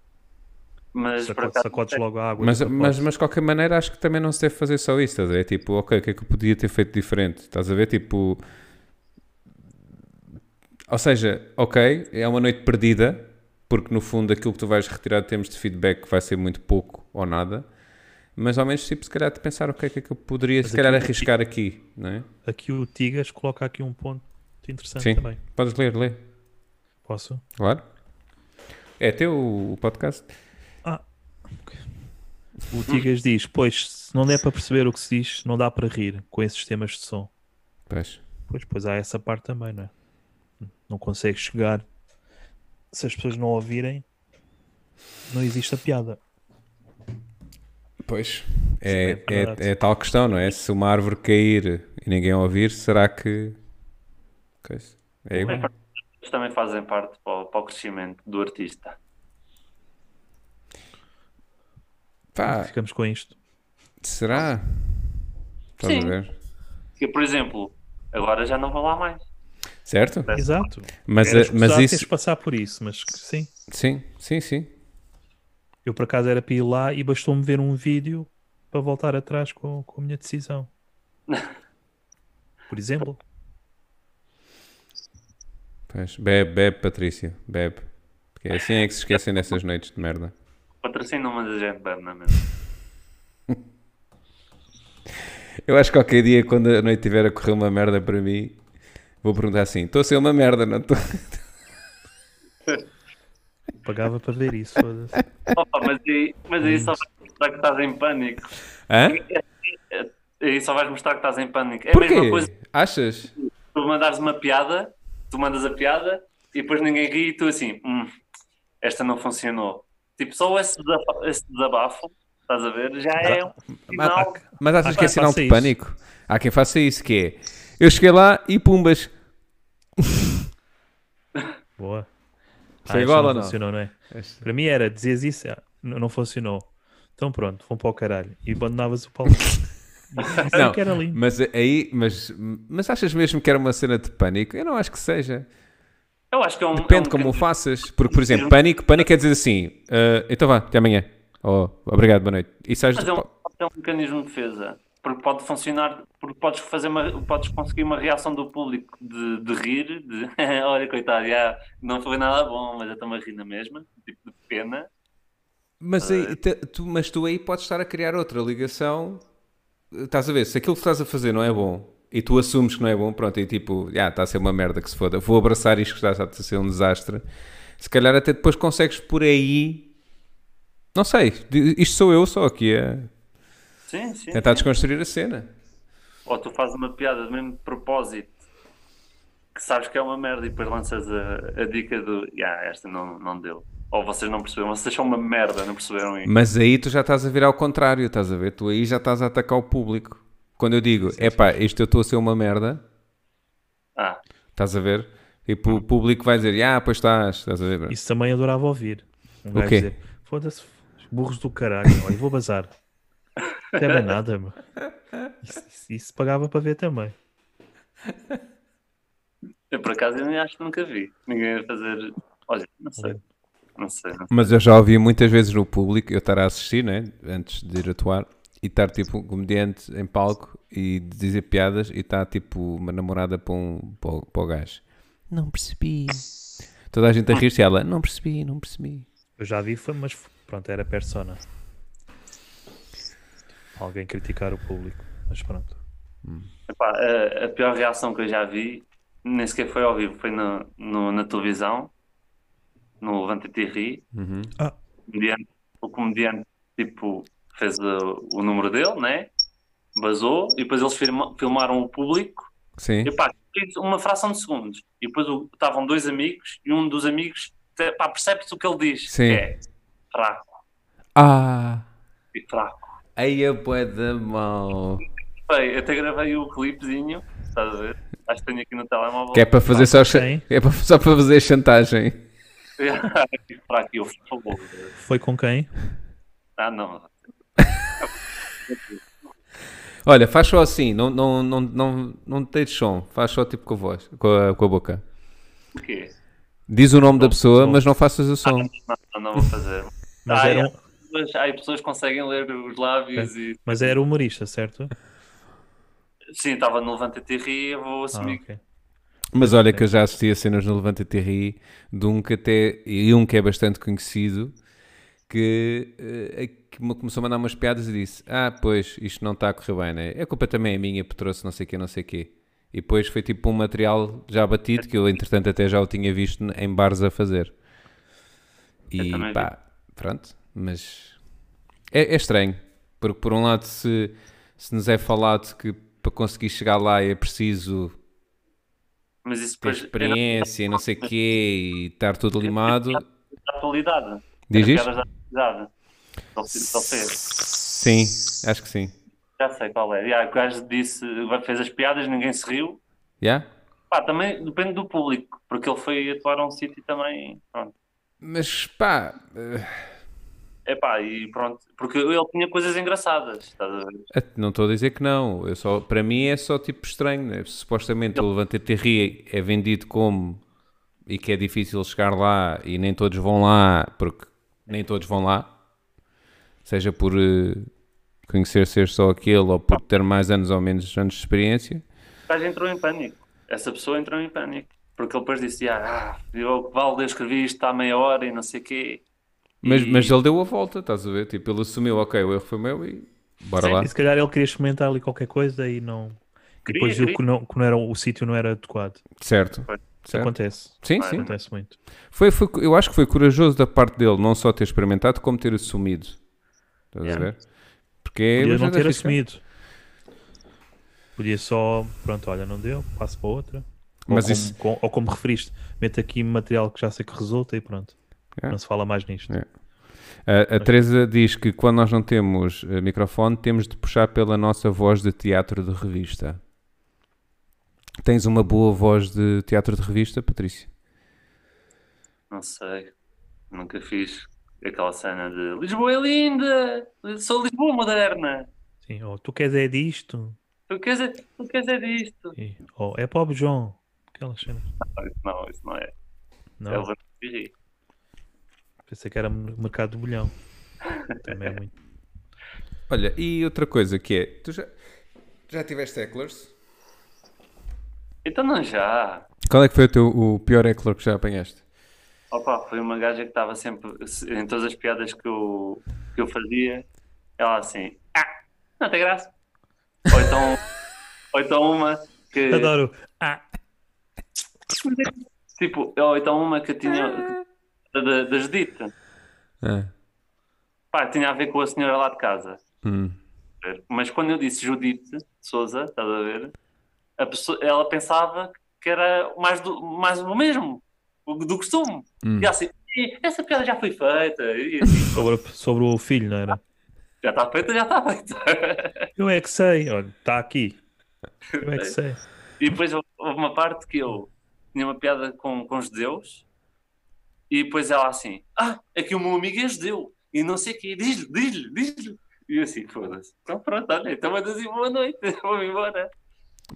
S3: Mas por
S2: Sacode,
S3: acaso.
S2: sacodes logo a água.
S1: Mas,
S2: sacodes.
S1: mas, mas de qualquer maneira acho que também não se deve fazer só isso, estás a ver? Tipo, ok, o que é que eu podia ter feito diferente? Estás a ver? Tipo. Ou seja, ok, é uma noite perdida, porque no fundo aquilo que tu vais retirar de termos de feedback vai ser muito pouco ou nada, mas ao menos tipo, se calhar de pensar ok, o que é que eu poderia se calhar
S2: aquilo-
S1: arriscar aqui, não é?
S2: Aqui o Tigas coloca aqui um ponto interessante
S1: Sim.
S2: Ah, também.
S1: Podes ler, lê,
S2: Posso?
S1: claro. É teu o podcast?
S2: O Tigas diz: Pois, se não der para perceber o que se diz, não dá para rir com esses temas de som.
S1: Pois.
S2: Pois, pois há essa parte também, não é? Não consegues chegar. Se as pessoas não ouvirem, não existe a piada.
S1: Pois.
S2: é
S1: É,
S2: verdade.
S1: é, é tal questão, não é? Se uma árvore cair e ninguém ouvir, será que. Coisa. É igual.
S3: Eles também fazem parte para o, para o crescimento do artista.
S1: Pá,
S2: Ficamos com isto.
S1: será? Estás a
S3: Sim.
S1: ver?
S3: Que, por exemplo, agora já não vou lá mais.
S1: Certo?
S2: Exato.
S1: Mas,
S2: Eras
S1: eh, mas
S2: escusado teres
S1: isso.
S2: de passar por isso, mas que- sim.
S1: Sim, sim, sim.
S2: Eu por acaso era para ir lá e bastou-me ver um vídeo para voltar atrás com, com a minha decisão. Por exemplo,
S1: Pois. Bebe, bebe, Patrícia, bebe. Porque assim é que se esquecem dessas noites de merda.
S3: Patrocina uma da gente, não é mesmo?
S1: Eu acho que qualquer dia, quando a noite tiver a correr uma merda para mim, vou perguntar assim: estou a ser uma merda, não estou?
S2: pagava para ver isso. foda-se.
S3: Opa, mas aí, mas aí só vais mostrar que estás em pânico.
S1: Hã?
S3: Aí só vais mostrar que estás em pânico. É a mesma coisa
S1: Porquê? Achas?
S3: tu mandares uma piada, tu mandas a piada e depois ninguém ri e tu assim, "Hum, esta não funcionou. Tipo, só esse desabafo, esse desabafo, estás a ver, já é um
S2: Mas há
S3: sinal.
S2: que-
S1: Mas
S2: Há
S1: achas que
S2: quem
S1: é sinal
S2: faça
S1: de
S2: isso.
S1: pânico? Há quem faça isso, que é... Eu cheguei lá e pumbas.
S2: Boa.
S1: Foi
S2: isto
S1: igual ou não?
S2: funcionou, não é? Para mim era, dizias isso, ah, n- não funcionou. Então pronto, vão para o caralho. E abandonavas o palco. Era
S1: Não,
S2: que era lindo.
S1: mas aí... Mas, mas achas mesmo que era uma cena de pânico? Eu não acho que seja.
S3: Eu acho que é um. é um
S1: Depende como o
S3: bocadinho-
S1: faças. Porque, por exemplo, pânico... Pânico é dizer assim... "Ah, então vá, até amanhã. Ou, obrigado, boa noite. E sais...
S3: Mas
S1: do
S3: é um,
S1: palco.
S3: é um mecanismo de defesa. Porque pode funcionar, porque podes, fazer uma, podes conseguir uma reação do público de, de rir, de olha, coitado, já, não foi nada bom, mas eu estou-me a rir na mesma, tipo de pena.
S1: Mas, aí, te- tu, mas tu aí podes estar a criar outra ligação. Estás a ver? Se aquilo que estás a fazer não é bom e tu assumes que não é bom, pronto, e tipo, ah, está a ser uma merda que se foda, vou abraçar isto que está a ser um desastre. Se calhar até depois consegues por aí. Não sei, di- isto sou eu só aqui a
S3: Sim, sim.
S1: tentar desconstruir a cena.
S3: Ou tu fazes uma piada do mesmo propósito que sabes que é uma merda e depois lanças a, a dica do yeah, esta não, não deu. Ou vocês não perceberam, vocês são uma merda, não perceberam isso.
S1: Mas aí tu já estás a virar ao contrário, estás a ver? Tu aí já estás a atacar o público. Quando eu digo, epá, isto eu estou a ser uma merda,
S3: Ah,
S1: estás a ver? Tipo, o público vai dizer, ah, pois estás, estás a ver? bro?
S2: Isso também adorava ouvir. Um gajo
S1: quê?
S2: dizer, foda-se, burros do caralho, olha, vou bazar. Até mais nada, meu. Isso, isso- isso pagava para ver também.
S3: eu por acaso eu nem acho que nunca vi ninguém a fazer. Olha, não sei. Não sei. não sei.
S1: Mas eu já ouvi muitas vezes no público, eu estar a assistir, né? Antes de ir atuar, e estar tipo um comediante em palco e dizer piadas e estar tipo uma namorada para, um, para, o, para o gajo. Não percebi. Toda a gente a rir-se e ela, não percebi, não percebi.
S2: Eu já vi, foi, mas f- pronto, era persona. Alguém criticar o público, mas pronto.
S3: Epá, a, a pior reação que eu já vi, nem sequer foi ao vivo, foi no, no- na televisão, no Levanta-te e Ri.
S1: Uhum.
S2: Ah.
S3: O comediante- o comediante, tipo, fez o, o número dele, né? Basou, e depois eles firma- filmaram o público,
S1: Sim.
S3: e pá, fez uma fração de segundos. E depois o- estavam dois amigos, e um dos amigos, te- pá, percebe-se o que ele diz,
S1: Sim.
S3: que é fraco,
S1: Ah!
S3: e fraco.
S1: Aí a boé da mão.
S3: Bem, até gravei o clipezinho, estás a ver? Acho que tenho aqui no telemóvel.
S1: Que é para fazer só, cha-
S2: Sim.
S1: é para, só para fazer chantagem.
S3: E fraco, e eu, por favor.
S2: Foi com quem?
S3: Ah, não.
S1: Olha, faz só assim, não, não, não, não, não tens som, faz só tipo com a voz, com a, com a boca.
S3: O quê?
S1: Diz o nome da pessoa,
S2: som.
S1: mas não faças o
S3: Ah,
S1: som.
S3: não, não vou fazer.
S2: Mas
S3: Ah,
S2: era,
S3: é.
S2: um-
S3: Mas há aí pessoas que conseguem ler os lábios e.
S2: mas era humorista, certo?
S3: Sim, estava no Levanta-te e ri, eu vou
S2: Ah,
S3: assumir.
S2: ok.
S1: Mas olha que eu já assisti a cenas no Levanta TRI de um que até e um que é bastante conhecido que, eh, que me começou a mandar umas piadas e disse: Ah, pois, isto não está a correr bem, né? A culpa também é minha, porque trouxe não sei o quê, não sei o quê. E depois foi tipo um material já batido que eu, entretanto, até já o tinha visto em bares a fazer. E
S3: Eu também
S1: pá, pronto, mas é, é estranho, porque por um lado, se, se nos é falado que para conseguir chegar lá é preciso
S3: Mas isso
S1: ter
S3: depois é era
S1: experiência e não sei o quê e estar tudo limado.
S3: da atualidade.
S1: Diz
S3: Era
S1: isto?
S3: piadas da atualidade. Só se- só fez.
S1: Sim, acho que sim.
S3: Já sei qual é. Já, o gajo disse, fez as piadas, ninguém se riu.
S1: Yeah?
S3: Pá, também depende do público, porque ele foi atuar a um sítio e também. Pronto.
S1: Mas pá, eh,
S3: É pá, e pronto. Porque ele tinha coisas engraçadas, estás a ver?
S1: eh, não estou a dizer que não. Eu só, para mim é só tipo estranho. Né? Supostamente o Levante Terri é vendido como e que é difícil chegar lá e nem todos vão lá porque nem todos vão lá. Seja por eh, conhecer ser só aquele ou por ter mais anos ou menos anos de experiência.
S3: O gajo entrou em pânico. Essa pessoa entrou em pânico. Porque ele depois disse, ah, eu que vale, eu escrevi isto há meia hora e não sei o quê.
S1: Mas,
S3: E-
S1: mas ele deu a volta, estás a ver? Tipo, ele assumiu, ok, o erro foi meu e bora lá.
S2: E se calhar ele queria experimentar ali qualquer coisa e não. E
S3: Queria,
S2: depois viu
S3: queria.
S2: que, não, que não era, o sítio não era adequado.
S1: Certo.
S3: Pois.
S2: Isso
S1: certo.
S2: acontece.
S1: Sim,
S3: Vai,
S1: sim.
S3: vai.
S2: Acontece muito.
S1: Foi, foi, eu acho que foi corajoso da parte dele não só ter experimentado, como ter assumido. Estás a
S3: Yeah.
S1: ver? Porque
S2: Podia
S1: é
S2: não
S1: bastante
S2: ter
S1: arriscado.
S2: assumido. Podia só, pronto, olha, não deu, passo para outra. Ou,
S1: Mas
S2: como,
S1: isso,
S2: com- ou como referiste, mete aqui material que já sei que resulta e pronto.
S1: É.
S2: Não se fala mais nisto.
S1: É. a, a Teresa diz que quando nós não temos eh, microfone, temos de puxar pela nossa voz de teatro de revista. Tens uma boa voz de teatro de revista, Patrícia?
S3: Não sei. Nunca fiz aquela cena de Lisboa é linda! Sou Lisboa moderna!
S2: Sim, ou tu queres é disto,
S3: Tu queres é, tu queres é disto?
S2: e- ou é pobre João. Aquelas cenas.
S3: Não, isso não, isso não é.
S2: Não,
S3: É o Levanta e ri.
S2: pensei que era mer- mercado do bolhão. Também é muito.
S1: Olha, e outra coisa que é, tu já, já tiveste hecklers?
S3: Então não já.
S1: Qual é que foi o, teu, o pior heckler que já apanhaste?
S3: Opa, foi uma gaja que estava sempre em todas as piadas que eu, que eu fazia. Ela assim, ah, não tem graça. Ou então, ou então uma que.
S2: Adoro. Ah,
S3: Tipo, ou então uma que tinha. que- da, da Judite.
S1: Ah,
S3: Pá, tinha a ver com a senhora lá de casa.
S1: hum.
S3: Mas quando eu disse Judite Souza, estás a ver? A pessoa, ela pensava que era mais do, mais do mesmo, o- do costume.
S1: Hum.
S3: E ela assim, "Ih, essa piada já foi feita. E assim,
S2: sobre, sobre o filho, não era?
S3: já está feita, já tá está feita.
S2: Eu é que sei, olha, está aqui. Eu é que sei.
S3: E depois houve uma parte que eu tinha uma piada com, com judeus e depois ela assim, ah, é que o meu amigo é judeu e não sei o quê, diz-lhe, diz-lhe, diz-lhe. E eu assim, foda-se. Então pronto, olha, então mandas assim, boa noite, vou-me embora.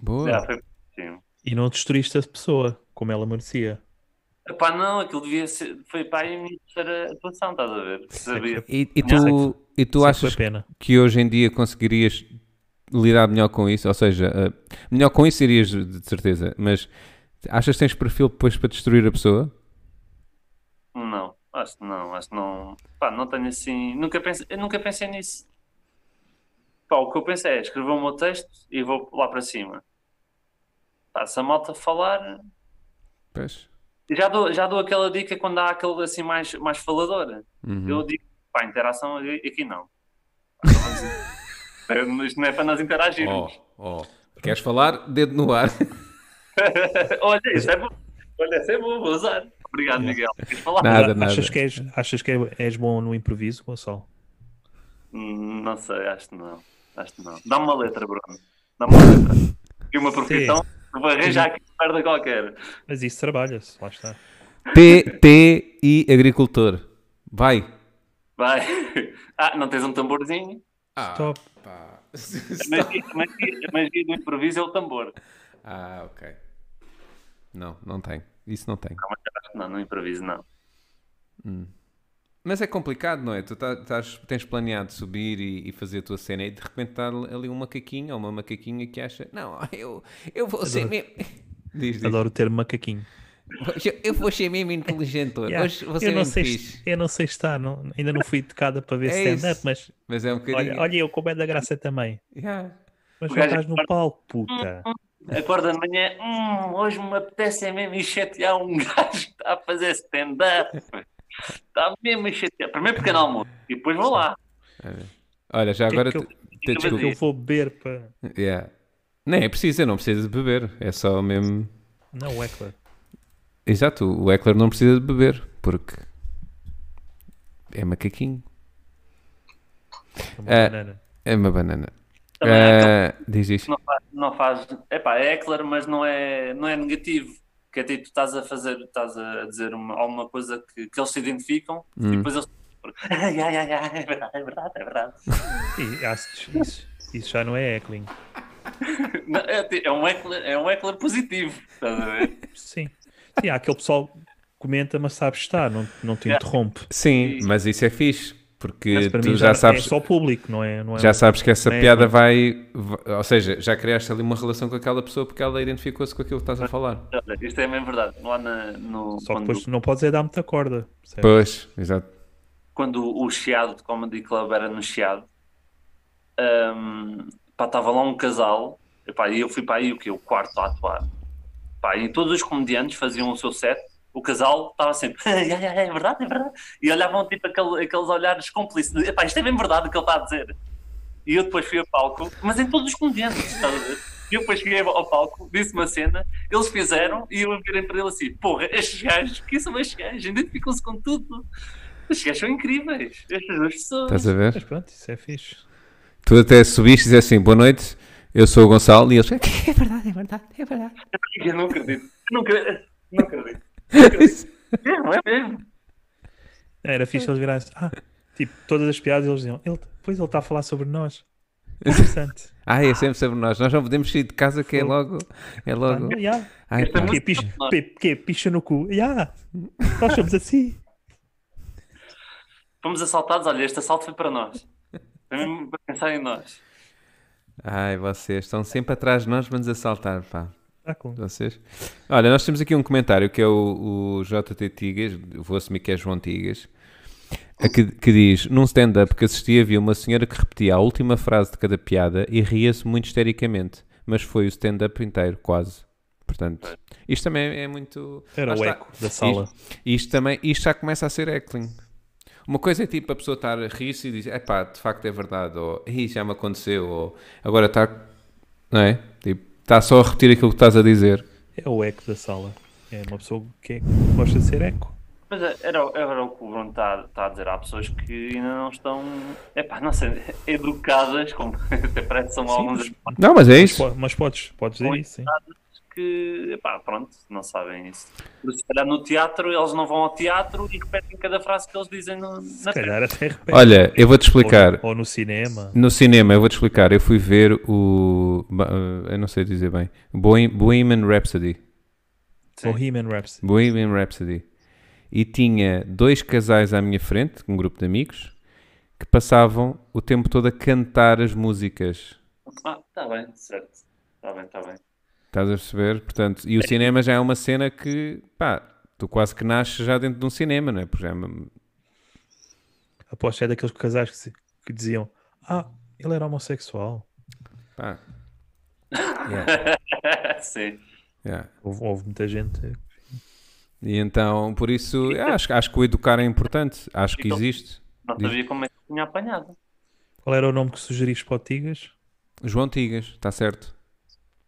S1: Boa.
S2: É.
S3: Já foi sim.
S2: E não destruíste a pessoa como ela merecia.
S3: Epá, não, aquilo devia ser. Foi pá, e a minha terceira atuação, estás a ver? Sabia.
S1: E, e
S3: Não sei
S1: tu, e
S2: Isso
S1: tu
S2: é que
S1: achas
S2: foi pena.
S1: que hoje em dia conseguirias lidar melhor com isso? Ou seja, eh, melhor com isso irias de de certeza, mas achas que tens perfil depois para destruir a pessoa?
S3: Não, acho que não, acho que não. Pá, não tenho assim. Nunca pensei, eu nunca pensei nisso. Pá, o que eu pensei é escrever o meu texto e vou lá para cima. Pá, se a malta falar.
S1: Pois.
S3: Já dou, já dou aquela dica quando há aquele assim mais, mais falador.
S1: Uhum.
S3: Eu digo, pá, interação aqui aqui não. Pá, não vamos- Isto não é para nós
S1: Oh,
S3: interagirmos.
S1: oh. Queres falar? Dedo no ar.
S3: Olha, isso é bom. Olha, isso é bom, vou usar. Obrigado, Miguel. Quis falar.
S1: Nada,
S2: Mas
S1: nada.
S2: Achas que, és, achas que é, és bom no improviso, Gonçalo?
S3: Hum, Não sei, acho que não. Acho que não. Dá-me uma letra, Bruno. Dá-me uma letra. E uma profissão. Vou arranjar aqui uma merda qualquer.
S2: Mas isso trabalha-se, lá está.
S1: PT e agricultor. Vai.
S3: Vai. Ah, não tens um tamborzinho?
S1: Ah,
S2: Stop.
S1: pá.
S3: A magia, a magia- a magia do improviso é o tambor.
S1: Ah, ok. Não, não tem. Isso não tem.
S3: Não, no improviso não.
S1: Mas é complicado, não é? Tu tá- tás- tens planeado subir e, e fazer a tua cena e de repente está ali um macaquinho ou uma macaquinha que acha, não, eu, eu vou ser
S2: Adoro.
S1: mesmo. Diz, diz.
S2: Adoro ter macaquinho.
S1: Eu- Eu vou ser mesmo inteligente hoje.
S2: Yeah,
S1: Hoje vou ser
S2: eu, não
S1: mesmo
S2: sei,
S1: é fixe.
S2: eu não sei estar, não- ainda não fui tocada para ver
S1: É
S2: stand-up,
S1: isso.
S2: mas
S1: Mas é um bocadinho.
S2: olha, olha eu como é da graça também.
S1: Yeah.
S2: Mas
S3: O
S2: já
S3: gajo
S2: estás no palco, puta.
S3: Acorda de manhã, hum, hoje me apetece é mesmo ir chatear um gajo que está a fazer stand-up. Está mesmo a chatear. Primeiro pequeno almoço e depois vou lá.
S1: Olha, já
S2: que
S1: agora.
S2: que eu-
S1: te- te-
S3: eu
S2: O que é que
S1: Desculpa.
S2: eu vou beber para.
S1: Yeah. Não é preciso, não precisa de beber. É só mesmo.
S2: Não, é claro.
S1: Exato, o Eckler não precisa de beber porque é macaquinho.
S2: Uma
S1: É.
S2: banana.
S1: É uma banana.
S3: Também há aquele
S1: Ah, diz isto.
S3: que não faz, não faz. Epá, é claro, mas não é, não é negativo. Que é tipo, tu estás a fazer, estás a dizer uma, alguma coisa que, que eles se identificam
S2: Hum.
S3: e depois eles. Ai, ai, ai, ai, é verdade, é verdade, é verdade.
S2: E há isso, isso já não é heckling.
S3: Não, é, ti- é um heckler, é um heckler positivo. Estás a ver?
S2: Sim. Sim, há aquele pessoal que comenta, mas sabe estar, não, não te interrompe.
S1: Sim, mas isso é fixe porque
S2: Mas para
S1: tu
S2: mim
S1: já,
S2: já,
S1: sabes.
S2: é só público, não é? Não é
S1: Já sabes que essa
S2: não é-
S1: piada vai, va- Ou seja, já criaste ali uma relação com aquela pessoa porque ela identificou-se com aquilo que estás a falar.
S3: Olha, Isto é mesmo verdade. Lá na- no,
S2: Só que
S3: quando-
S2: depois não podes é dar muita corda. percebes?
S1: Pois, exato.
S3: quando o Chiado de Comedy Club era no Chiado, estava lá um casal, epá, e eu fui para aí o que? O quarto a atuar. Epá, e todos os comediantes faziam o seu set, o casal estava sempre, "Ai, ai, ai, é verdade, é verdade. E olhavam tipo aquele- aqueles olhares cúmplices, de, epá, isto é bem verdade o que ele está a dizer. E eu depois fui ao palco, mas em todos os comediantes, estás a ver? E eu depois cheguei ao palco, disse uma cena, eles fizeram e eu virei para ele assim: porra, estes gajos, que são estes gajos? Identificam-se com tudo. Estes gajos são incríveis. Estas duas pessoas.
S1: Estás a ver?
S2: Mas pronto, isso é fixe.
S1: Tu até subiste e disseste assim: boa noite, eu sou o Gonçalo e eles.
S3: Eu não acredito. Eu não acredito. Não acredito. Não acredito. É, não é mesmo?
S2: Era fixe eles virarem ah, tipo, todas as piadas eles diziam, ele, pois ele está a falar sobre nós. Interessante.
S1: Ah, é sempre sobre nós. Nós não podemos sair de casa que é logo. É
S2: Ah,
S1: logo.
S2: não, yeah.
S1: Ai, pá.
S2: Que é picha, pe- que picha no cu. Yeah. Nós somos assim.
S3: Fomos assaltados, olha, este assalto foi para nós. Foi mesmo para pensar em nós.
S1: Ai, vocês estão sempre atrás de nós para nos assaltar, pá.
S2: Ah, com-
S1: Vocês? Olha, nós temos aqui um comentário que é o, o JT Tigas, vou assumir que é João Tigas, a que, que diz: Num stand-up que assisti, havia uma senhora que repetia a última frase de cada piada e ria-se muito histericamente, mas foi o stand-up inteiro, quase. Portanto, isto também é muito.
S2: Era
S1: Lá
S2: o
S1: está.
S2: eco da sala.
S1: Isto, isto também, isto já começa a ser heckling. Uma coisa é tipo a pessoa estar a rir-se e diz: é pá, de facto é verdade, ou Ih, já me aconteceu, ou agora está. Não é? Tipo, está só a repetir aquilo que estás a dizer.
S2: É o eco da sala. É uma pessoa que é- gosta de ser eco.
S3: Mas é- era, o- era o que o Bruno está está a dizer. Há pessoas que ainda não estão, epá, não sei, educadas, como até parece que são alguns animais
S1: Não, mas é isso.
S2: Po- Mas podes, podes dizer
S3: Muito
S2: isso, sim.
S3: que, epá, pronto, não sabem isso. Mas se calhar no teatro, eles não vão ao teatro e repetem cada frase que eles dizem no, na
S2: Se calhar até repete.
S1: Olha, eu vou-te
S2: Ou-
S1: explicar.
S2: Ou, no cinema.
S1: No cinema, eu vou-te explicar. Eu fui ver o. ba- eh, Eu não sei dizer bem. Bohem- Bohemian Rhapsody.
S3: Sim.
S2: Bohemian Rhapsody.
S1: Bohemian Rhapsody. E tinha dois casais à minha frente, um grupo de amigos, que passavam o tempo todo a cantar as músicas.
S3: Ah, está bem, certo. Está bem, está bem.
S1: Estás a perceber? Portanto, e o cinema já é uma cena que, pá, tu quase que nasces já dentro de um cinema, não é? Porque já é uma-
S2: Aposto é daqueles casais que, se- que diziam, ah, ele era homossexual.
S1: pá. Yeah,
S3: É, Sim.
S1: yeah.
S2: Houve, houve muita gente.
S1: E então, por isso, eu acho, acho que o educar é importante. Acho que existe.
S3: Não
S1: Diz.
S3: sabia como é que tinha apanhado.
S2: Qual era o nome que sugeriste para o Tigas?
S1: João Tigas, está certo.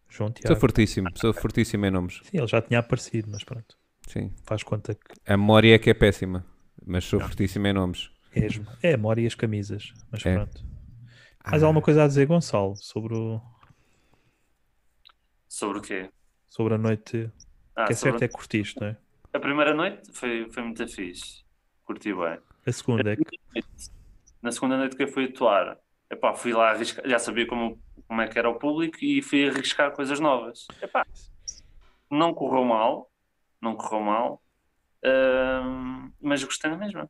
S2: João
S1: Sou
S2: Tiago.
S1: fortíssimo, sou fortíssimo em nomes.
S2: Sim, ele já tinha aparecido, mas pronto.
S1: Sim.
S2: Faz conta que
S1: A memória é que é péssima, mas sou fortíssimo em nomes.
S2: é, as- é a Mora e as camisas, mas
S1: É.
S2: pronto. Mais alguma coisa a dizer, Gonçalo, sobre, o-
S3: Sobre o quê?
S2: sobre a noite?
S3: Ah,
S2: que é
S3: sobre
S2: certo é que curtiste, não é?
S3: A primeira noite foi, foi muito fixe. Curti bem.
S2: A segunda é que
S3: Na segunda noite que eu fui atuar, Epá, fui lá arriscar, já sabia como, como é que era o público e fui arriscar coisas novas. Epá, não correu mal, não correu mal, hum, mas gostei na mesma.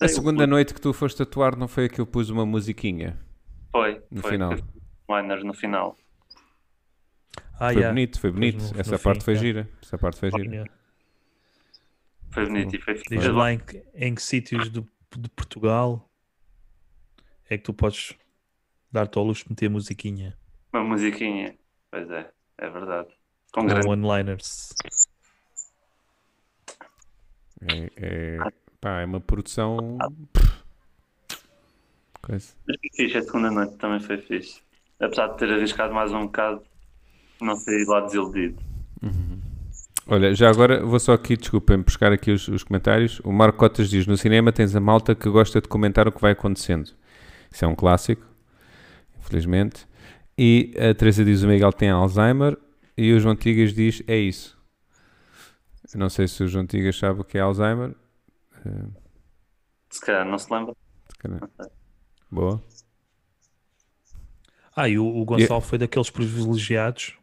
S3: É,
S1: A segunda noite que tu foste atuar não foi a que eu pus uma musiquinha?
S3: Foi.
S1: No
S3: foi,
S1: final.
S3: Liners no final.
S2: Ah,
S1: foi
S2: yeah.
S1: bonito, foi bonito.
S2: Depois no-
S1: Essa
S2: no
S1: parte
S2: fim,
S1: foi
S2: yeah.
S1: gira. Essa parte foi gira.
S2: Yeah.
S3: Foi bonito e foi
S2: Diz
S3: fixe.
S2: lá em que, em que sítios do- de Portugal é que tu podes dar-te ao luxo de meter musiquinha
S3: Uma musiquinha. Pois é, é verdade. Com grande.
S2: ou one-liners.
S1: É, é, pá, é uma produção. Coisa.
S3: Mas foi fixe, a segunda noite também foi fixe. Apesar de ter arriscado mais um bocado, não saí de lá desiludido.
S1: Olha, já agora vou só aqui, desculpem, buscar aqui os, os comentários. O Marco Cotas diz: no cinema tens a malta que gosta de comentar o que vai acontecendo. Isso é um clássico, infelizmente. E a Teresa diz: o Miguel tem Alzheimer. E o João Tigas diz: é isso. Eu não sei se o João Tigas sabe o que é Alzheimer.
S3: Se calhar não se lembra.
S1: Caramba. Boa.
S2: Ah, e Hum. o, o Gonçalo foi daqueles privilegiados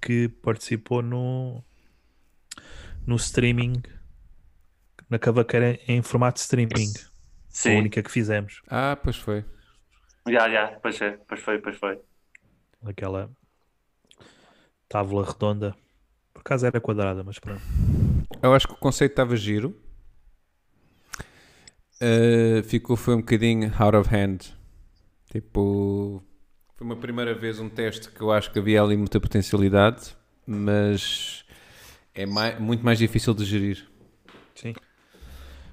S2: que participou no, no streaming, na cavaqueira em formato streaming, a
S3: Sim,
S2: única que fizemos.
S1: Ah, pois foi.
S3: já, já, pois é, pois foi, pois foi.
S2: Aquela tábua redonda. Por acaso era quadrada, mas pronto.
S1: Eu acho que o conceito estava giro. Uh, ficou, foi um bocadinho out of hand. Tipo, foi uma primeira vez um teste que eu acho que havia ali muita potencialidade, mas é mai- muito mais difícil de gerir.
S2: Sim.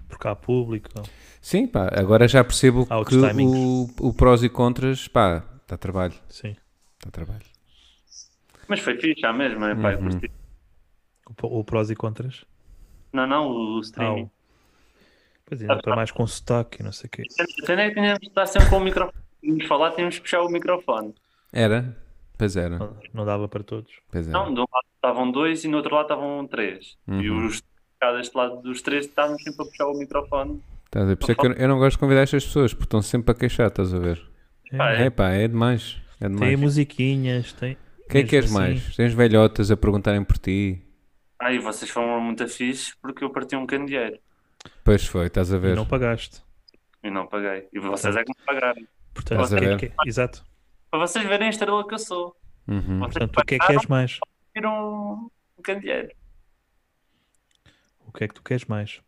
S2: Porque há público.
S1: Sim, pá, agora já percebo
S2: Há
S1: que
S2: outros timings.
S1: o, o prós e contras, pá, está trabalho,
S2: Sim.
S1: está trabalho.
S3: Mas foi fixe, à mesma. Epá, eu curti.
S2: O, po- o prós e contras.
S3: Não, não, o
S2: Há
S3: streaming.
S2: o... Pois é, ainda para mais com sotaque e não sei o quê.
S3: A cena é que tínhamos de estar sempre com o microfone. Tínhamos de falar, tínhamos de puxar o microfone.
S1: Era? Pois era,
S2: Não, não dava para todos.
S1: pois era.
S3: Não, de um lado estavam dois e no outro lado estavam três. E os cá deste lado dos três estávamos sempre a puxar o microfone.
S1: Estás a ver? Por isso é que eu, eu não gosto de convidar estas pessoas, porque estão sempre a queixar, estás a ver?
S3: Pá,
S1: É pá, é demais. É
S2: Tem
S1: demais.
S2: musiquinhas, tem.
S1: O que é que queres
S2: Mesmo assim,
S1: mais? Tens velhotas a perguntarem por ti?
S3: Ai, vocês foram muito fixe porque eu parti um candeeiro
S1: Pois foi, estás a
S2: e
S1: ver.
S2: não pagaste.
S3: e não paguei. E vocês é que me pagaram.
S2: Portanto,
S1: Estás a
S2: o que é
S1: ver?
S2: que- exato.
S3: Para vocês verem a estrela que eu sou.
S1: Uhum.
S3: Vocês
S2: Portanto, o que é que queres mais?
S3: pagaram um, um candeeiro.
S2: O que é que tu queres mais?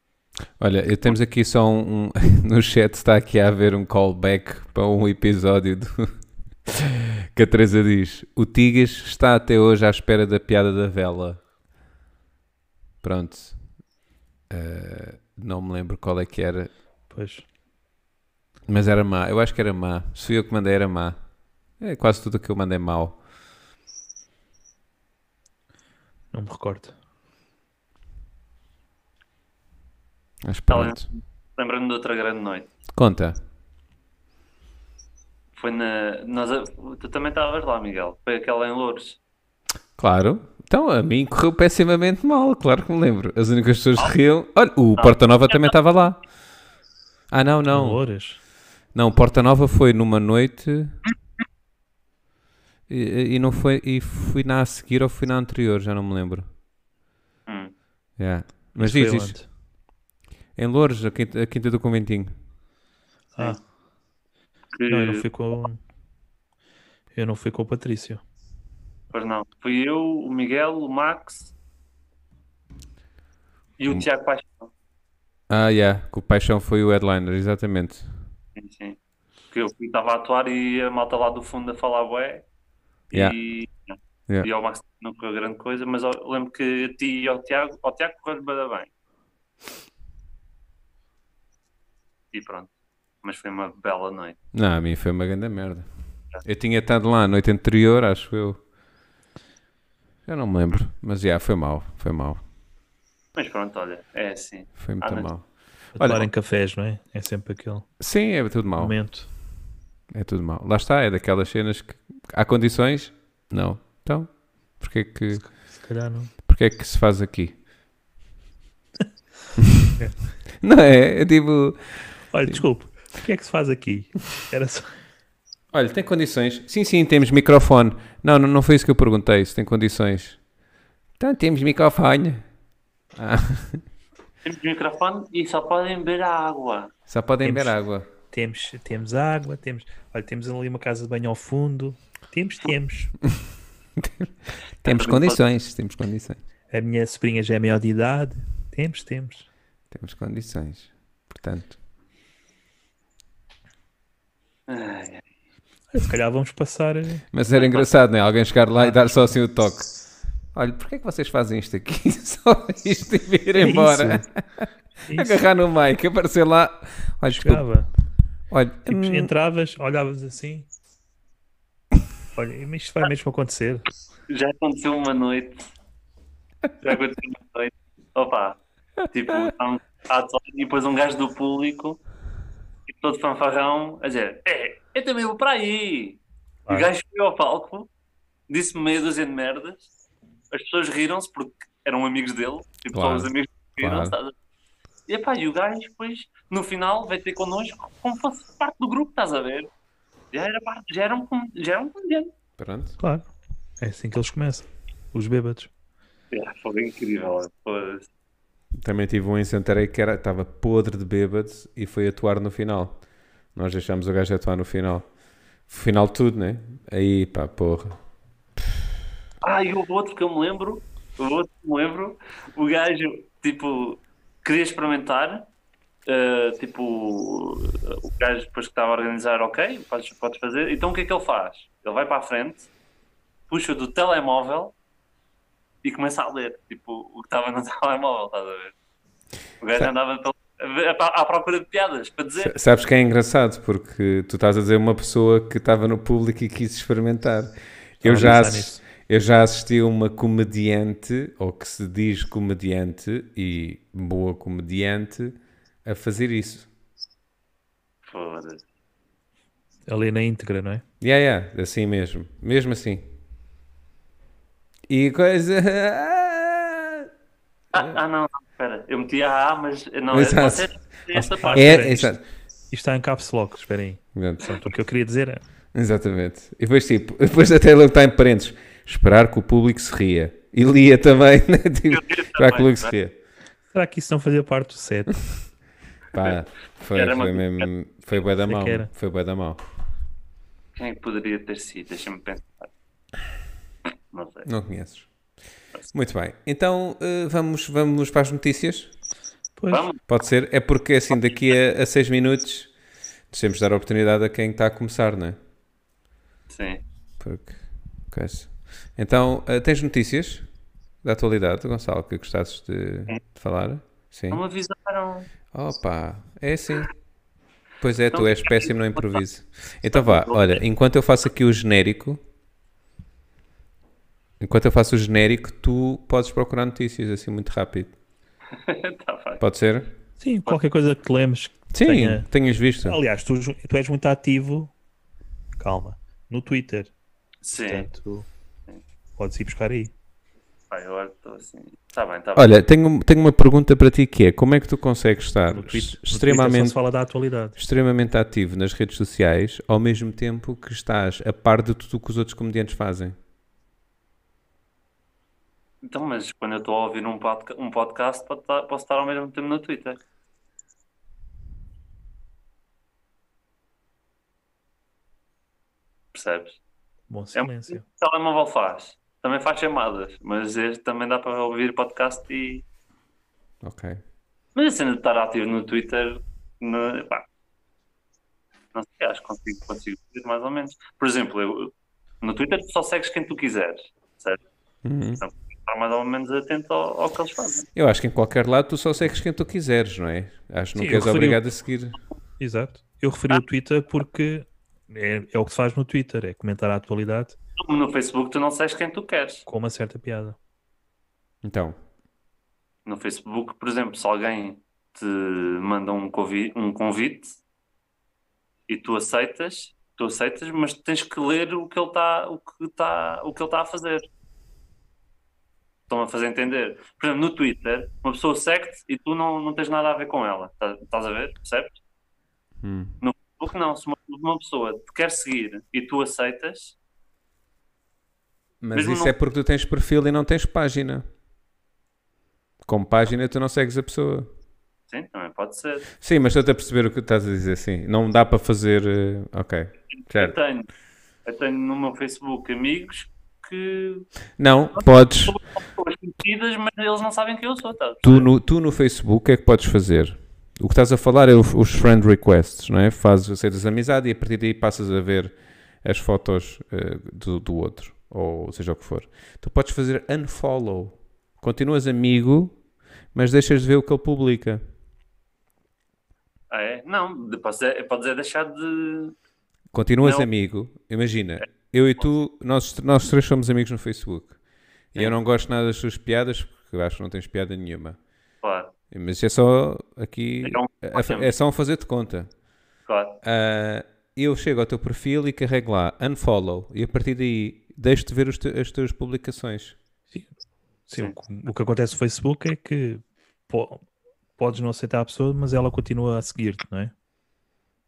S1: Olha, eu- temos aqui só um, um- No chat está aqui a haver um callback para um episódio do. que a Teresa diz: O Tigas está até hoje à espera da piada da vela. Pronto. Eh, não me lembro qual é que era,
S2: Pois.
S1: mas era má. Eu acho que era má. Se fui eu que mandei, era má. É, quase tudo o que eu mandei é mau.
S2: Não me recordo.
S1: Mas
S2: Tá
S1: pronto.
S3: Lembrando de outra grande noite.
S1: Conta.
S3: Foi na. Nós, a- tu também estavas lá, Miguel. Foi aquela em Louros.
S1: Claro. Então, a mim correu pessimamente mal, claro que me lembro. As únicas pessoas que riam. Olha,
S2: Ah.
S1: o Porta Nova também estava lá. Ah, não, não.
S2: Louras?
S1: Não, o Porta Nova foi numa noite. E, e não foi. E fui na a seguir ou fui na anterior, já não me lembro.
S3: Hum.
S1: Yeah. Mas
S2: Foi
S1: diz, diz.
S2: onde?
S1: Em Louros, a quinta, a quinta do Conventinho.
S2: Ah,
S3: Que,
S2: não, eu não fui com. Eu não fui com o Patrício.
S3: Pois não. Fui eu, o Miguel, o Max e o Tiago Paixão.
S1: Ah, yeah. Que o Paixão foi o headliner, exatamente.
S3: Sim, sim. Que eu fui- estava a atuar e a malta lá do fundo a falar bué.
S1: Yeah.
S3: E,
S1: Yeah.
S3: e ao Max não correu grande coisa, mas eu lembro que a ti e ao Tiago, ao Tiago correu bada bem. E pronto. Mas foi uma bela noite.
S1: Não, a mim foi uma grande merda. Eu tinha estado lá a noite anterior, acho eu. Já não me lembro, mas já foi mal, foi mal,
S3: Mas pronto, olha, é assim.
S1: foi muito
S3: Ah, mas-
S1: mal. Olha-
S2: Atuar em cafés, não é? É sempre aquele
S1: Sim, é tudo mal,
S2: momento.
S1: é tudo mal. Lá está, é daquelas cenas que há condições? Não. Então, porque é que,
S2: Se calhar não.
S1: porque é que se faz aqui? não é, é tipo,
S2: Olha, desculpe. O que é que se faz aqui? Era só.
S1: Olha, tem condições. Sim, sim, temos microfone. Não, não, não foi isso que eu perguntei, se tem condições. Então temos microfone. Ah,
S3: Temos microfone e só podem beber a água.
S1: só podem
S2: Temos.
S1: beber água.
S2: Temos, temos água, temos. Olha, temos ali uma casa de banho ao fundo. Temos, temos.
S1: Temos condições, temos condições.
S2: A minha sobrinha já é maior de idade. Temos, temos.
S1: Temos condições. Portanto,
S3: Ai, ai.
S2: Olha, se calhar vamos passar. eh,
S1: mas era engraçado, não é? Alguém chegar lá e dar só assim o toque. Olha, porquê é que vocês fazem isto aqui? Só isto e vir
S2: É isso.
S1: embora.
S2: Isso,
S1: Agarrar no mic, aparecer lá. Olha, desculpa.
S2: chegava.
S1: Olha,
S2: Tipo,
S1: hum,
S2: entravas, olhavas assim. Olha, mas isto vai mesmo acontecer.
S3: Já aconteceu uma noite. Já aconteceu uma noite. Opa, tipo, estávamos à toa e depois um gajo do público, tipo, todo fanfarrão, a dizer: É, eu também vou para aí. E o
S2: Claro.
S3: gajo foi ao palco, disse-me meia dúzia de merdas. As pessoas riram-se porque eram amigos dele, tipo,
S1: Claro,
S3: só os amigos riram-se.
S1: claro.
S3: estás a- E, pá, e o gajo, depois, no final, vai ter connosco como fosse parte do grupo, estás a ver? Já era, parte, já era, um, com- já era um comediante.
S1: pronto.
S2: Claro. É assim que eles começam. Os bêbados.
S3: É, foi incrível. Foi...
S1: Também tive um em Santarém que era, estava podre de bêbado e foi atuar no final. Nós deixámos o gajo atuar no final. Final de tudo, né? Aí, pá, porra.
S3: Ah, e o outro que eu me lembro, o outro que me lembro, o gajo, tipo, queria experimentar, eh, tipo, o gajo depois que estava a organizar, ok, podes, podes fazer, então o que é que ele faz? Ele vai para a frente, puxa do telemóvel e começa a ler, tipo, o que estava no telemóvel, estás a ver? O gajo andava pelo- à à procura de piadas, para dizer,
S1: Sabes que é engraçado porque tu estás a dizer uma pessoa que estava no público e quis experimentar. Eu
S2: a
S1: já,
S2: pensar
S1: assis-
S2: nisso.
S1: eu já assisti a uma comediante, ou que se diz comediante e boa comediante, a fazer isso.
S3: foda-se.
S2: Ali na íntegra, não é?
S1: Yeah, yeah, assim mesmo. Mesmo assim. E coisa.
S3: Ah, ah, não, não, espera, eu meti a A, mas não,
S1: Exato.
S3: é, vocês- essa parte.
S1: É,
S2: espera, isto-
S1: exato.
S2: Isto está em caps lock, esperem aí.
S1: Exato.
S2: Portanto, o que eu queria dizer é.
S1: Exatamente. E depois, tipo, depois até ele está em parênteses. Esperar que o público se ria. E lia também, né? Tipo, esperar que o
S3: né?
S1: público se ria.
S2: Será que isso não fazia parte do set?
S1: Pá, foi,
S3: Era
S1: foi
S3: uma-
S1: mesmo. Foi bué da
S2: Sei
S1: mão.
S2: que era.
S1: Foi bué da mão.
S3: Quem poderia ter sido? Deixa-me pensar. Não sei.
S1: Não conheces. Muito bem. Então, eh, vamos, vamos para as notícias?
S2: Pois,
S3: Vamos,
S1: Pode ser? É porque, assim, daqui a, a seis minutos, deixamos dar a oportunidade a quem está a começar, não é?
S3: sim.
S1: Porque. coisa. Então, eh, tens notícias da atualidade, Gonçalo, que gostasses de, de falar? Sim.
S3: Não me avisaram.
S1: Opa, é assim. Pois é, tu és péssimo no improviso. Então vá, olha, enquanto eu faço aqui o genérico. Enquanto eu faço o genérico, tu podes procurar notícias assim muito rápido.
S3: tá bem.
S1: Pode ser?
S2: sim, qualquer coisa que te lembres. que
S1: Sim,
S2: tenha-
S1: tenhas visto.
S2: Aliás, tu, tu és muito ativo. Calma. No Twitter.
S3: Sim.
S2: Portanto, podes ir buscar aí.
S3: Pá, eu agora estou assim. Tá bem, tá bem.
S1: Olha, tenho, tenho uma pergunta para ti que é: como é que tu consegues estar
S2: No Twitter, No Twitter só
S1: extremamente
S2: se fala da atualidade.
S1: extremamente ativo nas redes sociais ao mesmo tempo que estás a par de tudo o que os outros comediantes fazem.
S3: Então, mas quando eu estou a ouvir um, podca um podcast, pode tá- posso estar ao mesmo tempo no Twitter. Percebes?
S2: Bom
S3: É um-
S2: silêncio.
S3: O telemóvel faz. Também faz chamadas, mas este também dá para ouvir podcast e.
S1: Ok.
S3: Mas a cena de estar ativo no Twitter, na- pá, não sei, acho que consigo, consigo dizer mais ou menos. Por exemplo, eu- no Twitter tu só segues quem tu quiseres, certo?
S1: Uhum.
S3: Então, estar mais ou menos atento ao, ao que eles fazem.
S1: Eu acho que em qualquer lado tu só segues quem tu quiseres, não é? Acho que
S2: Sim,
S1: nunca
S2: eu
S1: és
S2: referi-
S1: obrigado a seguir.
S2: Exato. Eu referi
S3: Ah.
S2: o Twitter porque é, é o que se faz no Twitter, é comentar a atualidade
S3: Como no Facebook tu não segues quem tu queres.
S2: com uma certa piada.
S1: Então,
S3: No Facebook, por exemplo, se alguém te manda um convite, um convite e tu aceitas, tu aceitas, mas tens que ler o que ele está, o que está, o que ele está a fazer. Estão a fazer entender. Por exemplo, no Twitter, uma pessoa segue-te e tu não, não tens nada a ver com ela. Tá- Estás a ver? Percebes?
S1: Hum.
S3: No Facebook não, se uma, uma pessoa te quer seguir e tu aceitas,
S1: Mas
S3: Mesmo
S1: isso
S3: não-
S1: é porque tu tens perfil e não tens página. Com página tu não segues a pessoa.
S3: sim, também pode ser.
S1: Sim, mas estou-te a perceber o que estás a dizer, sim. Não dá para fazer. eh, Ok.
S3: Eu
S1: Certo.
S3: tenho, eu tenho no meu Facebook amigos que
S1: Não, podes.
S3: são pessoas conhecidas, mas eles não sabem quem eu sou, tá?
S1: Tu no, tu no Facebook, o que é que podes fazer? O que estás a falar é os, os friend requests, não é? Fazes, aceitas a amizade e a partir daí passas a ver as fotos eh, do, do outro, ou seja o que for. Tu podes fazer unfollow. Continuas amigo, mas deixas de ver o que ele publica.
S3: Ah, é? Não, de- podes é, podes é deixar de.
S1: Continuas
S3: Não.
S1: amigo. Imagina, eu e tu, nós, nós três somos amigos no Facebook. E eu não gosto nada das suas piadas, porque eu acho que não tens piada nenhuma.
S3: Claro,
S1: Mas é só aqui.
S3: É um-
S1: É, é só um fazer de conta.
S3: claro.
S1: Ah, eu chego ao teu perfil e carrego lá unfollow e a partir daí deixo-te ver os te- as tuas publicações.
S2: Sim, o que- o que acontece no Facebook é que po- podes não aceitar a pessoa, mas ela continua a seguir-te, não é?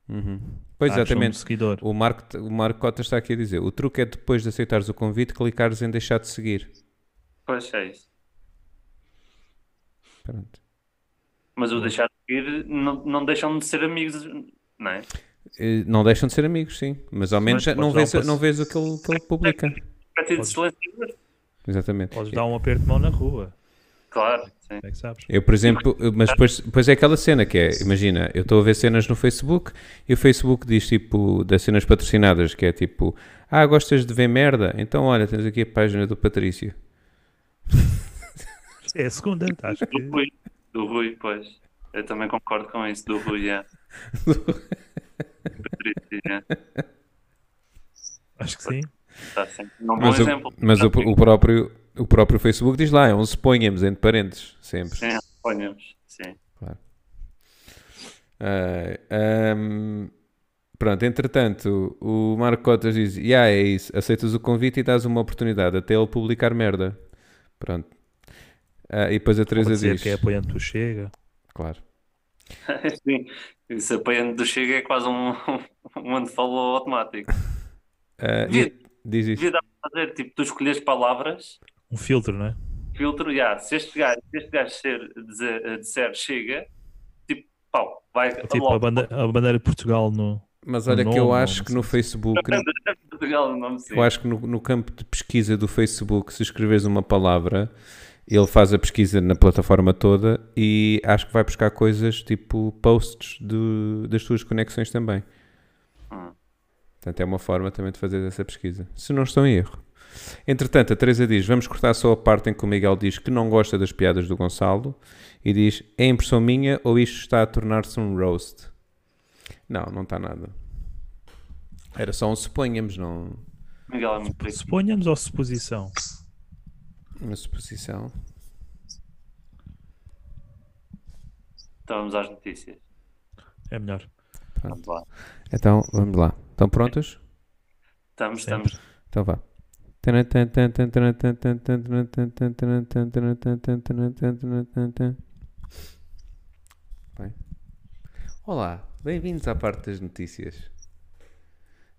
S1: Uhum. Pois,
S2: Ah, sou um
S1: exatamente.
S2: seguidor.
S1: O Marco, o Marco Cota está aqui a dizer: o truque é depois de aceitares o convite, clicares em deixar de seguir.
S3: Pois é isso.
S1: Pronto.
S3: Mas
S1: Uhum.
S3: o deixar de seguir não, não deixam de ser amigos, não é?
S1: Eh, Não deixam de ser amigos, sim, mas ao menos já
S2: podes
S1: não
S2: dar um
S1: vês,
S2: passo.
S1: não vês o que ele, que ele publica.
S3: Para ter de
S2: Podes.
S3: silenciador.
S1: Exatamente.
S2: Podes dar um aperto de mão na rua,
S3: Claro, sim.
S2: é que sabes?
S1: Eu, por exemplo, eu- mas depois, depois é aquela cena que é, imagina, eu estou a ver cenas no Facebook e o Facebook diz tipo, das cenas patrocinadas, que é tipo, ah, gostas de ver merda? Então olha, tens aqui a página do Patrício.
S2: É a segunda, acho que.
S1: É.
S3: Do Rui, do Rui, pois. Eu também concordo com isso, do Rui, é. Patrício, é.
S2: Acho que sim.
S3: Tá sempre um bom
S1: Mas, o,
S3: exemplo.
S1: mas o, o próprio, o próprio Facebook diz lá, é um se ponhamos entre parênteses, sempre.
S3: Sim, ponhamos, sim.
S1: Ah, ahm, pronto, entretanto, o Marco Cotas diz: yeah, é isso, aceitas o convite e dás uma oportunidade até ele publicar merda. Pronto. Ah, e depois a Teresa
S2: Pode ser
S1: diz:
S2: que é apoiante do Chega.
S1: Claro.
S3: Sim, esse apoiante do Chega é quase um, um unfollow automático.
S1: Ah, e-
S3: Devia-
S1: diz isso.
S3: Devia dar para fazer, tipo, tu escolhes palavras,
S2: Um filtro, não é?
S3: filtro, já, se este gajo, se este gajo ser, dizer, eh, disser Chega, tipo, pau, vai
S2: É tipo
S3: logo.
S2: a, banda- a bandeira de Portugal no.
S1: Mas olha
S2: Não,
S1: que eu
S2: não,
S1: acho
S2: não
S1: que no Facebook,
S3: Portugal, o nome sim.
S1: eu acho que no, no campo de pesquisa do Facebook, se escreveres uma palavra, ele faz a pesquisa na plataforma toda e acho que vai buscar coisas tipo posts do- das tuas conexões também.
S3: Hum.
S1: Portanto, é uma forma também de fazer essa pesquisa, se não estou em erro. Entretanto, a Teresa diz: vamos cortar só a parte em que o Miguel diz que não gosta das piadas do Gonçalo e diz: é impressão minha ou isto está a tornar-se um roast? Não, não está nada. Era só um suponhamos, não.
S3: Miguel é muito rico.
S2: Suponhamos ou suposição?
S1: Uma suposição.
S3: Então vamos às notícias.
S2: É melhor.
S3: Vamos lá.
S1: Então, vamos lá. Estão prontas?
S3: Estamos,
S2: Sempre.
S3: estamos.
S1: Então vá. Bem. Olá, bem-vindos à parte das notícias.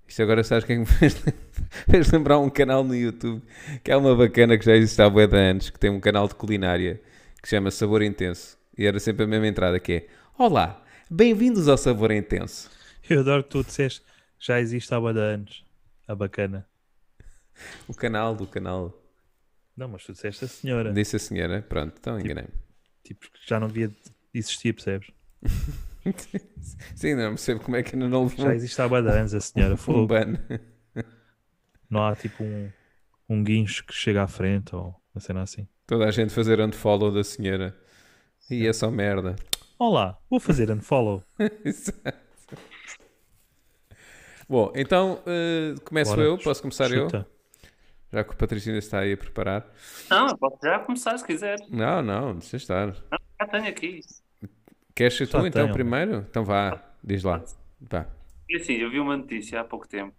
S1: Isto agora sabes quem me fez, lem- fez lembrar um canal no YouTube que é uma bacana que já existe há bué de anos, que tem um canal de culinária que se chama Sabor Intenso. E era sempre a mesma entrada que é Olá, bem-vindos ao Sabor Intenso.
S2: Eu adoro que tu disseste já existe há bué de anos. A bacana.
S1: O canal do canal.
S2: Não, mas tu disseste a senhora.
S1: Disse a senhora, pronto, então enganei-me.
S2: Tipo, já não devia existir, percebes?
S1: Sim, não percebo como é que ainda não levou
S2: Já existe há bué de anos a senhora.
S1: um
S2: Fogo.
S1: ban.
S2: Não há tipo um, um guincho que chega à frente ou uma cena assim.
S1: Toda a gente fazer unfollow da senhora. E é só merda.
S2: Olá, vou fazer um unfollow.
S1: Exato. Bom, então eh, começo
S2: Bora,
S1: eu, posso começar eu?
S2: Chuta.
S1: Já que o Patrício ainda está aí a preparar.
S3: Não, eu posso já começar se quiser.
S1: Não, não, deixa estar.
S3: Já tenho aqui.
S1: Queres ser
S2: Já
S1: tu então
S2: tenho.
S1: primeiro? Então vá, diz lá. Vá.
S3: E assim, eu vi uma notícia há pouco tempo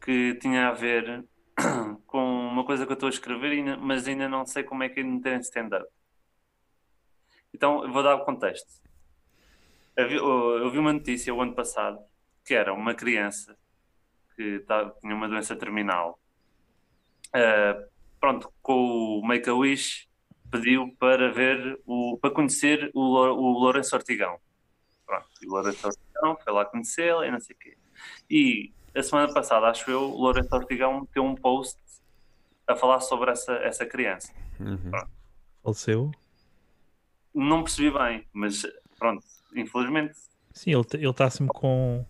S3: que tinha a ver com uma coisa que eu estou a escrever, ainda- mas ainda não sei como é que ainda tem stand-up. Então, eu vou dar o contexto. havia- eu eu vi uma notícia o ano passado que era uma criança que ta- tinha uma doença terminal. Ah, pronto, com o Make-A-Wish pediu para ver, o, para conhecer o, Lo- o Lourenço Ortigão. Pronto, e o Lourenço Ortigão Então, foi lá conhecê-lo e não sei o quê. E a semana passada, acho eu, o Lourenço Ortigão meteu um post a falar sobre essa, essa criança.
S1: Uhum.
S2: Faleceu?
S3: Não percebi bem, mas pronto, infelizmente
S2: Sim, ele, te- ele está sempre com.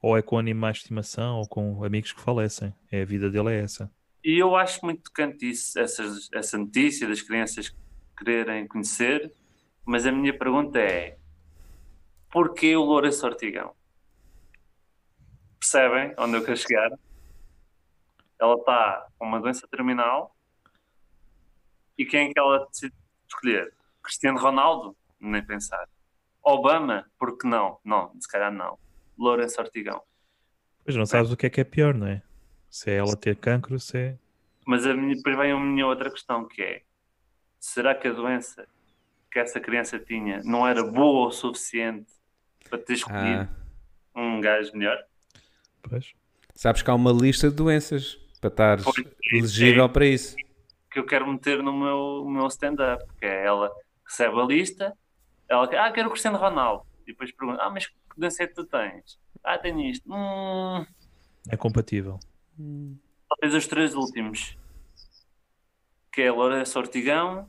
S2: Ou é com animais de estimação ou com amigos que falecem. É, a vida dele é essa.
S3: E eu acho muito tocante isso, essas, essa notícia das crianças quererem conhecer, mas a minha pergunta é: porquê o Lourenço Ortigão? Percebem onde eu quero chegar? Ela está com uma doença terminal e quem é que ela decide escolher? Cristiano Ronaldo? Nem pensar. Obama? Porque não? Não, se calhar não. Lourenço Ortigão.
S2: Pois não sabes o que é que é pior, não é? Se é ela ter cancro, se é.
S3: Mas a minha, depois vem a minha outra questão que é: será que a doença que essa criança tinha não era boa o suficiente para ter escolhido
S1: Ah,
S3: um gajo melhor?
S2: Pois.
S1: sabes que há uma lista de doenças para estares
S3: Pois, é,
S1: elegível para isso.
S3: Que eu quero meter no meu, no meu stand-up, que é ela recebe a lista, ela quer, ah, quero o Cristiano Ronaldo. E depois pergunta, ah, mas que doença é que tu tens? Ah, tenho isto. Hum,
S2: É compatível.
S3: talvez os três últimos. Que é a Lourenço Ortigão,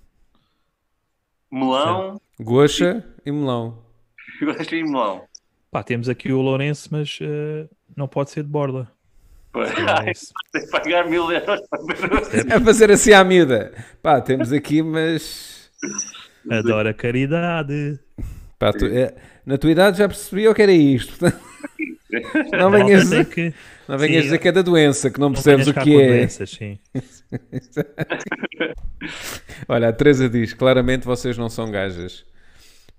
S3: Melão,
S1: Goxa e melão.
S3: eu acho que é Melão.
S2: Pá, temos aqui o Lourenço, mas eh, não pode ser de borda.
S3: Ai,
S2: É isso.
S3: Tem que pagar mil euros para ver
S1: É fazer assim à miúda. Pá, temos aqui, mas.
S2: Adora caridade.
S1: Pá, tu- é, na tua idade já percebi o que era isto. portanto, Não
S2: Malta
S1: venhas,
S2: tem que
S1: não venhas
S2: Sim,
S1: dizer que é da doença, que não
S2: não
S1: percebes
S2: venhas
S1: o
S2: cá
S1: que
S2: com
S1: é.
S2: doenças, sim.
S1: Olha, a Teresa diz: claramente vocês não são gajas.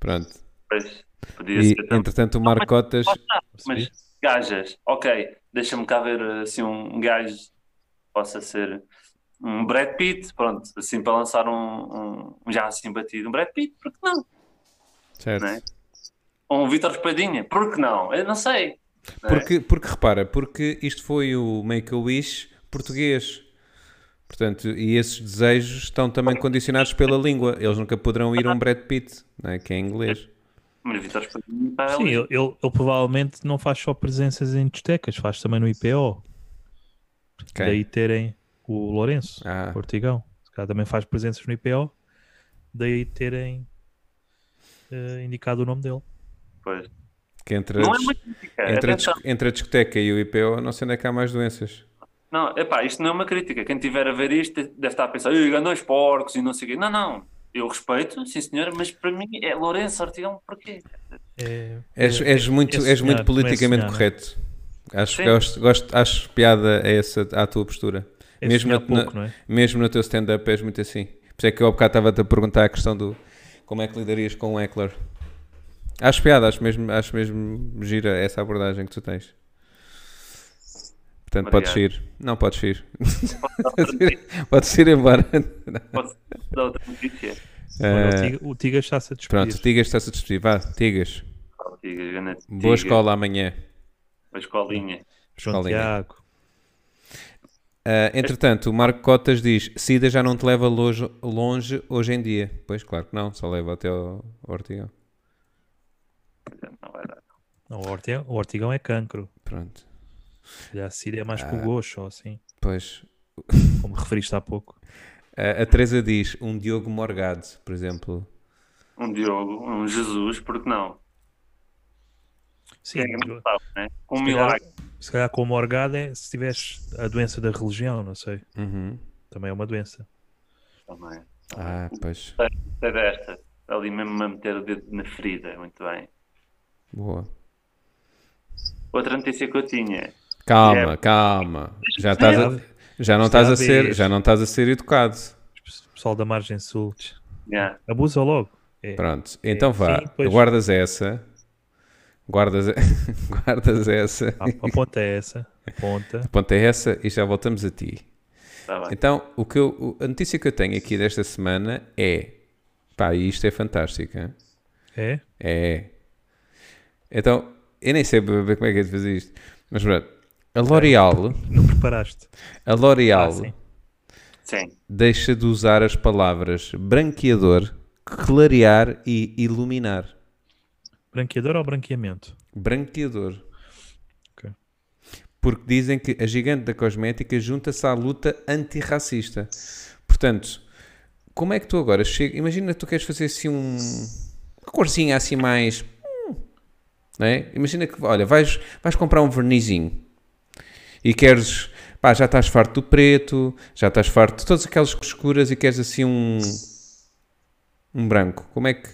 S1: Pronto.
S3: depois.
S1: E
S3: Podia
S1: então,
S3: ser
S2: então.
S3: também.
S1: entretanto o Marcotas.
S3: Mas gajas, ok, deixa-me cá ver assim um gajo que possa ser um Brad Pitt, pronto, assim para lançar um, um- já assim batido, um Brad Pitt, porque não?
S1: Certo.
S2: é?
S3: Né? Ou um Vitor Espadinha, porque não? Eu não sei. não é?
S1: Porque, porque repara, porque isto foi o Make-A-Wish português. Portanto, e esses desejos estão também condicionados pela língua. Eles nunca poderão ir a um Brad Pitt, né, que é inglês.
S3: Mas Vitor Espadinha está
S2: Sim,
S3: ali.
S2: ele, ele- ele provavelmente não faz só presenças em discotecas, faz também no IPO.
S1: Quem?
S2: Daí terem o Lourenço,
S1: Ah.
S2: Portigão. Se calhar também faz presenças no IPO. Daí terem eh, indicado o nome dele.
S3: Pois.
S1: Que entre,
S3: Não
S1: a
S3: é
S1: dis-
S3: uma crítica.
S1: entre a,
S3: atenção.
S1: dis- entre a discoteca e o IPO, não sei onde é que há mais doenças.
S3: Não, epá, isto não é uma crítica. Quem estiver a ver isto deve estar a pensar, "Ih, andam os porcos e não sei o quê. Não, não. Eu respeito, sim senhora, mas para mim é Lourenço Ortigão, porquê?
S2: É,
S1: És, és muito,
S2: esse
S1: és
S2: senhor,
S1: muito
S2: não é
S1: politicamente
S2: senhora.
S1: correto. Acho,
S3: Sim.
S1: gosto, gosto- acho piada a essa, à tua postura.
S2: Esse
S1: mesmo,
S2: senhor
S1: na- na-
S2: pouco, não é?
S1: mesmo no teu stand-up és muito assim. Por isso é que eu há bocado estava-te a perguntar a questão do como é que lidarias com um heckler. Acho piada, acho mesmo, acho mesmo gira essa abordagem que tu tens. Portanto, podes
S3: Obrigado.
S1: ir. Não, podes ir. podes ir embora.
S3: Posso dar outra notícia?
S2: Olha,
S1: Eh,
S2: o Tiga- o Tigas está-se a
S1: Pronto,
S2: despedir.
S1: Tigas está-se a despedir. Vá, Tigas.
S3: Ortigas, grande
S1: Boa
S3: Tiga,
S1: escola amanhã.
S3: Boa escolinha.
S2: João
S1: escolinha.
S2: Tiago.
S1: Ah, entretanto, o Marco Cotas diz: Sida já não te leva longe, longe hoje em dia. Pois, claro que não, só leva até ao Ortigão.
S3: Não vai dar.
S2: Não, o, Ortigão, o Ortigão é cancro.
S1: Pronto,
S2: Se calhar A Síria é mais que
S1: Ah.
S2: o Gosto, ou assim,
S1: pois.
S2: como referiste há pouco.
S1: Ah, a Teresa diz: um Diogo Morgado, por exemplo.
S3: Um Diogo, um Jesus, porque não?
S2: Sim,
S3: Quem é que não sabe, né? Um milagre.
S2: Se calhar com o morgado é se tiveres a doença da religião, não sei.
S1: Uhum.
S2: Também é uma doença.
S3: Também.
S1: Ah, pois.
S3: É desta. Ali mesmo a meter o dedo na ferida. Muito bem.
S1: Boa.
S3: Outra notícia que eu tinha.
S2: É.
S1: Calma, calma. Já, estás a- já, não estás a ser, já não estás a ser educado.
S2: O pessoal da margem sul tch,
S3: Yeah.
S2: abusa logo. É.
S1: Pronto, então vá.
S2: sim, pois.
S1: Guardas essa. Guardas, guardas essa.
S2: A, a ponta é essa. A ponta.
S1: Ponta é essa e já voltamos a ti.
S3: Tá bem.
S1: Então, o que eu- o- a notícia que eu tenho aqui desta semana é. Pá, e isto é fantástica.
S2: É.
S1: É. Então, eu nem sei bem como é que é de fazer isto. Mas pronto, a L'Oreal,
S2: Não preparaste.
S1: a L'Oreal
S2: Ah, sim.
S3: Sim.
S1: deixa de usar as palavras branqueador, clarear e iluminar.
S2: Branqueador ou branqueamento?
S1: Branqueador.
S2: Ok.
S1: Porque dizem que a gigante da cosmética junta-se à luta antirracista. Portanto, como é que tu agora chega? Imagina que tu queres fazer assim um. Uma corzinha assim mais. hum, Não é? Imagina que, olha, vais, vais comprar um vernizinho e queres. Pá, já estás farto do preto, já estás farto de todas aquelas escuras e queres assim um. Um branco. Como é que.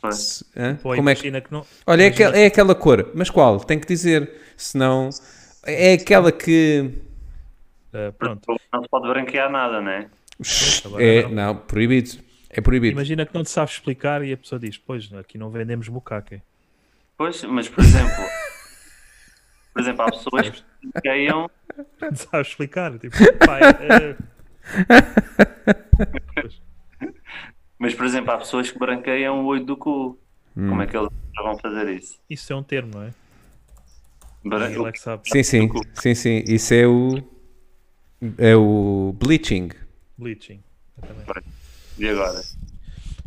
S3: Pois.
S1: hã?
S2: Pô,
S1: Como é que
S2: imagina que não.
S1: Olha, é,
S2: Imagina-
S1: aquel- é aquela cor, mas qual? Tem que dizer, senão é aquela que
S2: Ah, pronto.
S3: Não se pode branquear nada, né?
S2: agora
S1: é
S2: não.
S1: não proibido, é proibido.
S2: Imagina que não te sabes explicar e a pessoa diz: Pois, aqui não vendemos bucaque.
S3: Pois, mas por exemplo, por exemplo, há pessoas que branqueiam
S2: Não te sabes explicar. Tipo, pai, eh,
S3: Mas, por exemplo, há pessoas que branqueiam o olho do cu.
S1: Hum.
S3: Como é que eles vão fazer isso?
S2: isso é um termo, não é?
S3: Bran-
S2: Ele é que sabe.
S1: Sim, sim, sim, sim. Isso é o é o bleaching,
S2: Bleaching. Exatamente.
S3: E agora?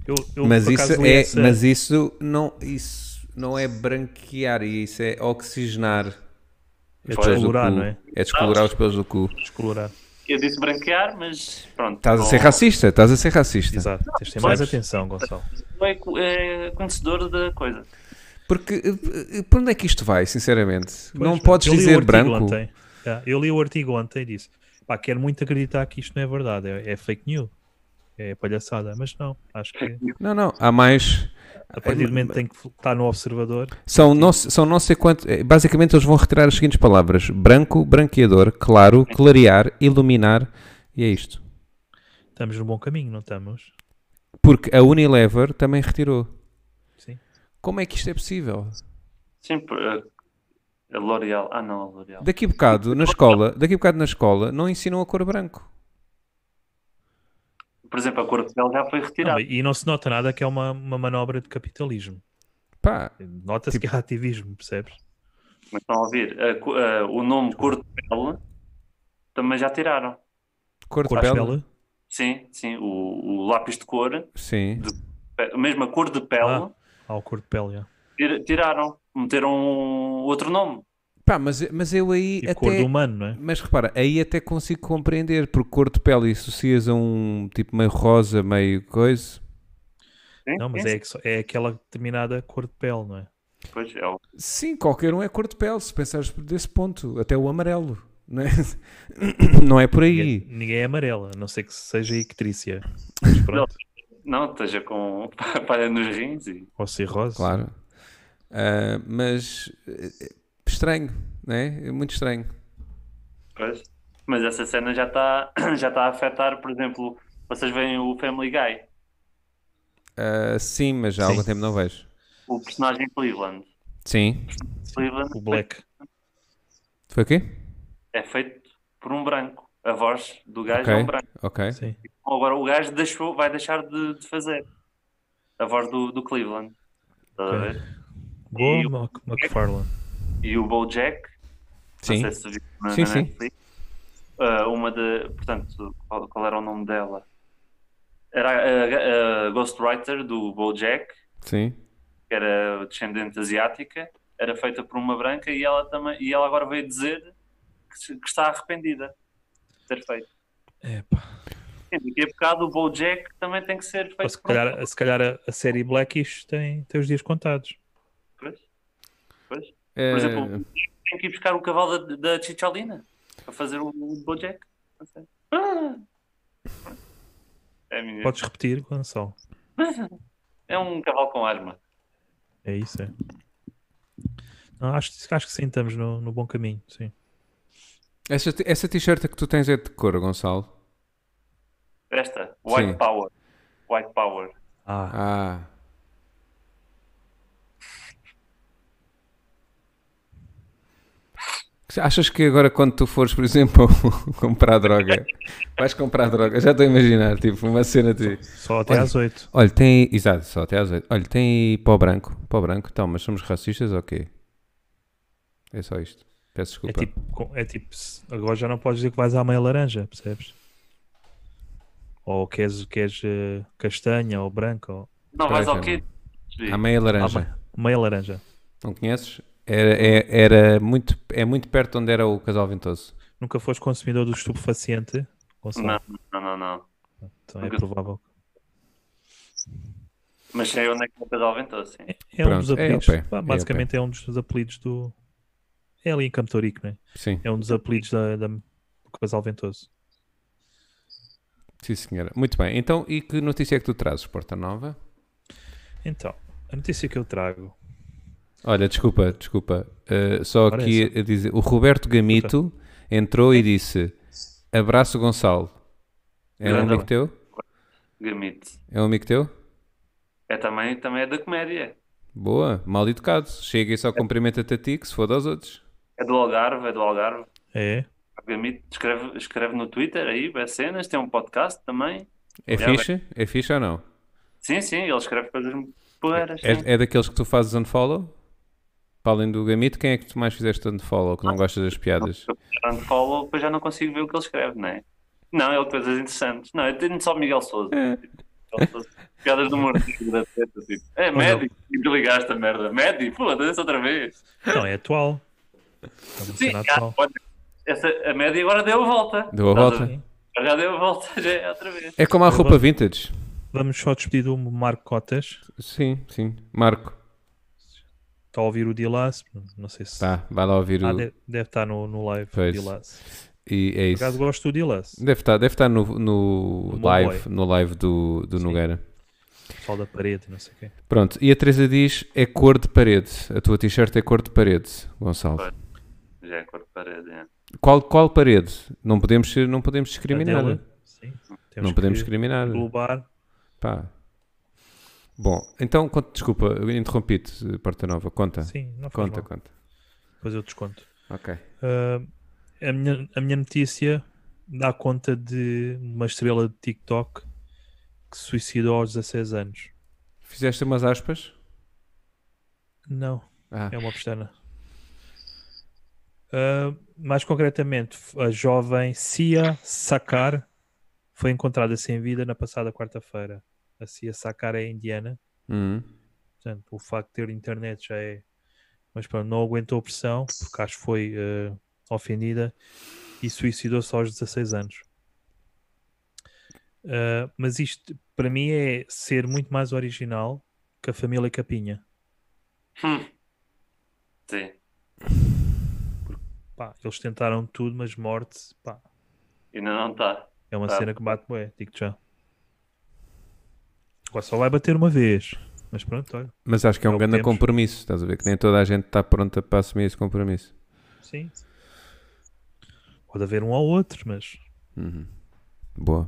S2: Eu, eu,
S1: mas
S2: por
S1: isso
S2: acaso, li
S1: é,
S2: essa-
S1: mas isso não isso não é branquear, isso é oxigenar. os
S2: É
S1: pelos do
S2: descolorar,
S1: cu.
S2: não é?
S1: É descolorar os pelos do cu.
S2: Descolorar.
S3: Eu disse branquear, mas pronto.
S1: Estás a
S3: Bom,
S1: ser racista, estás a ser racista.
S2: Oh. Exato. Tens de ter
S3: Pois.
S2: mais atenção, Gonçalo.
S3: É, co- é conhecedor da coisa.
S1: Porque eh, eh, para onde é que isto vai, sinceramente? não
S2: Pois,
S1: podes
S2: eu li o
S1: dizer
S2: artigo
S1: branco.
S2: Ontem. Ah, eu li o artigo ontem e disse: pá, quero muito acreditar que isto não é verdade, é, é fake news, é palhaçada, mas não, acho que
S1: Não, não, há mais.
S2: a partir do momento em que está no observador,
S1: São não, são não sei quanto. eh, Basicamente, eles vão retirar as seguintes palavras: branco, branqueador, claro, clarear, iluminar. E é isto.
S2: estamos no bom caminho, não estamos?
S1: Porque a Unilever também retirou.
S2: Sim.
S1: Como é que isto é possível?
S3: Sim, por- a eh, a L'Oreal. Ah, não, a L'Oreal.
S1: Daqui a bocado na escola, daqui a bocado na escola, não ensinam a cor branco.
S3: Por exemplo, a cor de pele já foi
S2: Não,
S3: retirada.
S2: e não se nota nada que é uma, uma manobra de capitalismo.
S1: Pá,
S2: Nota-se
S1: Tipo
S2: que é ativismo, percebes?
S3: Mas estão a ouvir? A co- a- o nome cor de pele também já tiraram.
S1: cor de
S2: Cor de
S1: pele.
S2: pele?
S3: Sim, sim. O, o lápis de cor,
S1: Sim.
S3: pe- a mesma cor de pele,
S2: Ah. Ah, o cor de pele, já.
S3: tir- tiraram. Meteram um outro nome.
S1: Pá, mas, mas eu aí
S2: Tipo cor
S1: até.
S2: do humano, não é?
S1: Mas repara, aí até consigo compreender, porque cor de pele associas a um tipo meio rosa, meio coisa.
S3: Sim,
S2: Não, mas
S3: sim,
S2: é, que só- é aquela determinada cor de pele, não é?
S3: Pois é, o-
S1: Sim, qualquer um é cor de pele, se pensares por desse ponto, até o amarelo, não é? Não é por
S2: Ninguém,
S1: aí.
S2: ninguém é amarela, a não ser que seja ictrícia. Mas pronto,
S3: não, esteja com palha nos rins e
S2: ou é cirrose.
S1: Claro. Ah, mas eh, eh, estranho, não é? É muito estranho.
S3: Pois. Mas essa cena já está já tá a afetar, por exemplo, vocês veem o Family Guy,
S1: Ah, sim, mas já há
S2: Sim.
S1: algum tempo não vejo.
S3: o personagem Cleveland.
S1: Sim.
S3: Cleveland
S2: O black.
S1: Foi o quê?
S3: é feito por um branco. A voz do gajo
S1: Ok.
S3: é um branco.
S1: Ok.
S2: Sim.
S3: Agora o gajo deixou, vai deixar de, de fazer a voz do, do Cleveland. Estás a
S2: Ok.
S3: ver?
S2: Boa,
S3: Ah, é. E o-
S2: Mac- McFarlane.
S3: E o BoJack,
S1: Sim.
S3: não sei se viu na,
S1: Sim,
S3: na
S1: sim.
S3: Netflix, ah, uma de, portanto, qual, qual era o nome dela? Era a- a, a ghostwriter do BoJack,
S1: Sim.
S3: que era descendente asiática, era feita por uma branca e ela, também, e ela agora veio dizer que, se- que está arrependida de ter feito.
S2: Epá.
S3: Sim, Daqui a bocado o Bojack também tem que ser feito
S2: Ou se
S3: por um
S2: calhar, se calhar a, a série Blackish tem, tem os dias contados.
S3: branco. Pois.
S1: Eh,
S3: Por exemplo, o Bojack tem que ir buscar o cavalo da, da Chicholina para fazer o, o Bojack. Não sei. Ah! É, a minha-
S2: Podes repetir, Gonçalo.
S3: é um cavalo com arma.
S2: É isso, é. Não, acho, acho que sim, estamos no, no bom caminho. Sim.
S1: essa t- essa t-shirt que tu tens é de que cor, Gonçalo?
S3: Esta, White
S1: Sim.
S3: Power. White Power.
S2: Ah,
S1: Ah. Achas que agora quando tu fores, por exemplo, comprar droga, vais comprar droga, já estou a imaginar, tipo, uma cena de...
S2: Só até
S1: Olha,
S2: às 8.
S1: Olha, tem... Exato, só até às oito. Olha, tem pó branco, pó branco, então, mas somos racistas ou quê? É só isto. Peço
S2: É
S1: desculpa.
S2: tipo, com- é tipo, se- agora já não podes dizer que vais à meia laranja, percebes? Ou queres, queres eh, castanha ou branca ou
S3: Não, vais ao
S1: Espera aí,
S3: quê?
S1: A meia laranja.
S2: Ah, me- meia laranja.
S1: Não conheces? Era, é- era muito, é muito perto onde era o Casal Ventoso.
S2: Nunca foste consumidor do estupefaciente? Gonçalo?
S3: Não, não, não, não.
S2: Então é
S3: Nunca-
S2: provável.
S3: Mas sei onde é que o pedal ventou, sim.
S2: É um
S1: Pronto,
S2: dos
S1: é ao
S2: apelidos.
S1: pé,
S2: pá,
S1: é ao
S2: basicamente é um dos apelidos do. É ali em Camptorico, não é?
S1: Sim,
S2: É um dos apelidos da, da... do Casal Ventoso.
S1: sim senhora. Muito bem. Então, e que notícia é que tu trazes, Porta Nova?
S2: Então, a notícia que eu trago.
S1: Olha, desculpa, desculpa. Uh, só
S2: Ora,
S1: aqui a dizer, o Roberto Gamito entrou e disse: Abraço Gonçalo. É um
S3: Grande
S1: amigo teu?
S3: Gamite.
S1: É um amigo teu?
S3: É também, também é da comédia.
S1: Boa, mal educado. Chega e só cumprimenta-te a ti, que se foda aos outros.
S3: É do Algarve, é do Algarve.
S2: É?
S3: O Gamite escreve, escreve no Twitter aí, vê cenas, tem um podcast também.
S1: É
S3: Olha,
S1: ficha? É ficha ou não?
S3: Sim, sim, ele escreve coisas porreiras. sim.
S1: É, é daqueles que tu fazes unfollow? Para além do Gamito, quem é que tu mais fizeste unfollow que não gostas das piadas?
S3: Grande follow, depois já não consigo ver o que ele escreve, não é? Não, ele tem coisas interessantes. Não, eu tenho só Miguel Souza.
S1: É.
S3: Miguel Sousa. Piadas do mordido da teta, tipo. É, Medi, e tu ligaste a merda. Medi, foda-se outra vez.
S2: Não, é atual. É uma
S3: Sim,
S2: cena
S3: já,
S2: atual.
S3: olha, essa, a Medi agora deu a volta.
S1: Deu a
S3: Estás
S1: volta?
S3: ver? Já deu a volta, já é outra vez.
S1: É como a roupa vintage.
S2: Vamos só despedir do Marco Cotas.
S1: Sim, sim. Marco,
S2: Está Tá a ouvir o Dilás. Não sei se.
S1: tá, vai lá ouvir
S2: Ah,
S1: o.
S2: deve, deve estar no, no live
S1: Pois. Hum.
S2: do Dilás.
S1: E é
S2: Por acaso
S1: isso.
S2: gosto do Dilás.
S1: Deve estar, deve estar no, no
S2: No
S1: live, no live do, do Nogueira.
S2: Pessoal da parede, não sei o quê.
S1: Pronto, e a Teresa diz: é cor de parede. A tua t-shirt é cor de parede, Gonçalo.
S3: Pois. Já é cor de parede, é.
S1: Qual, qual parede? Não podemos, ser- não podemos
S2: A
S1: discriminar.
S2: dela, sim. Temos
S1: Não podemos
S2: que
S1: discriminar.
S2: Englobar.
S1: Pá. Bom, então, conta- desculpa, eu interrompi-te, Porta Nova. Conta,
S2: Sim, não faz
S1: Ah, conta,
S2: mal.
S1: conta.
S2: Depois eu desconto.
S1: Ok.
S2: Ah, a, minha, a minha notícia dá conta de uma estrela de TikTok que se suicidou aos 16 anos.
S1: Fizeste umas aspas?
S2: Não,
S1: Ah,
S2: é uma pestana. Ah, mais concretamente, a jovem Sia Sakar foi encontrada sem vida na passada quarta-feira. A Sia Sakar é indiana,
S1: hum.
S2: Portanto, o facto de ter internet já é. Mas pronto, não aguentou a pressão, porque acho que foi eh, ofendida e suicidou-se aos 16 anos. Eh, mas isto, para mim, é ser muito mais original que a família Capinha.
S3: Hum. Sim.
S2: Pá, eles tentaram tudo, mas morte, pá,
S3: Ainda não está.
S2: é uma
S3: Tá.
S2: cena que bate, bué, digo já. Agora só vai bater uma vez, mas pronto, olha,
S1: Mas acho que é
S2: É
S1: um
S2: o que
S1: grande
S2: temos.
S1: compromisso, estás a ver? Que nem toda a gente está pronta para assumir esse compromisso.
S2: sim. Pode haver um ao outro, mas
S1: Boa.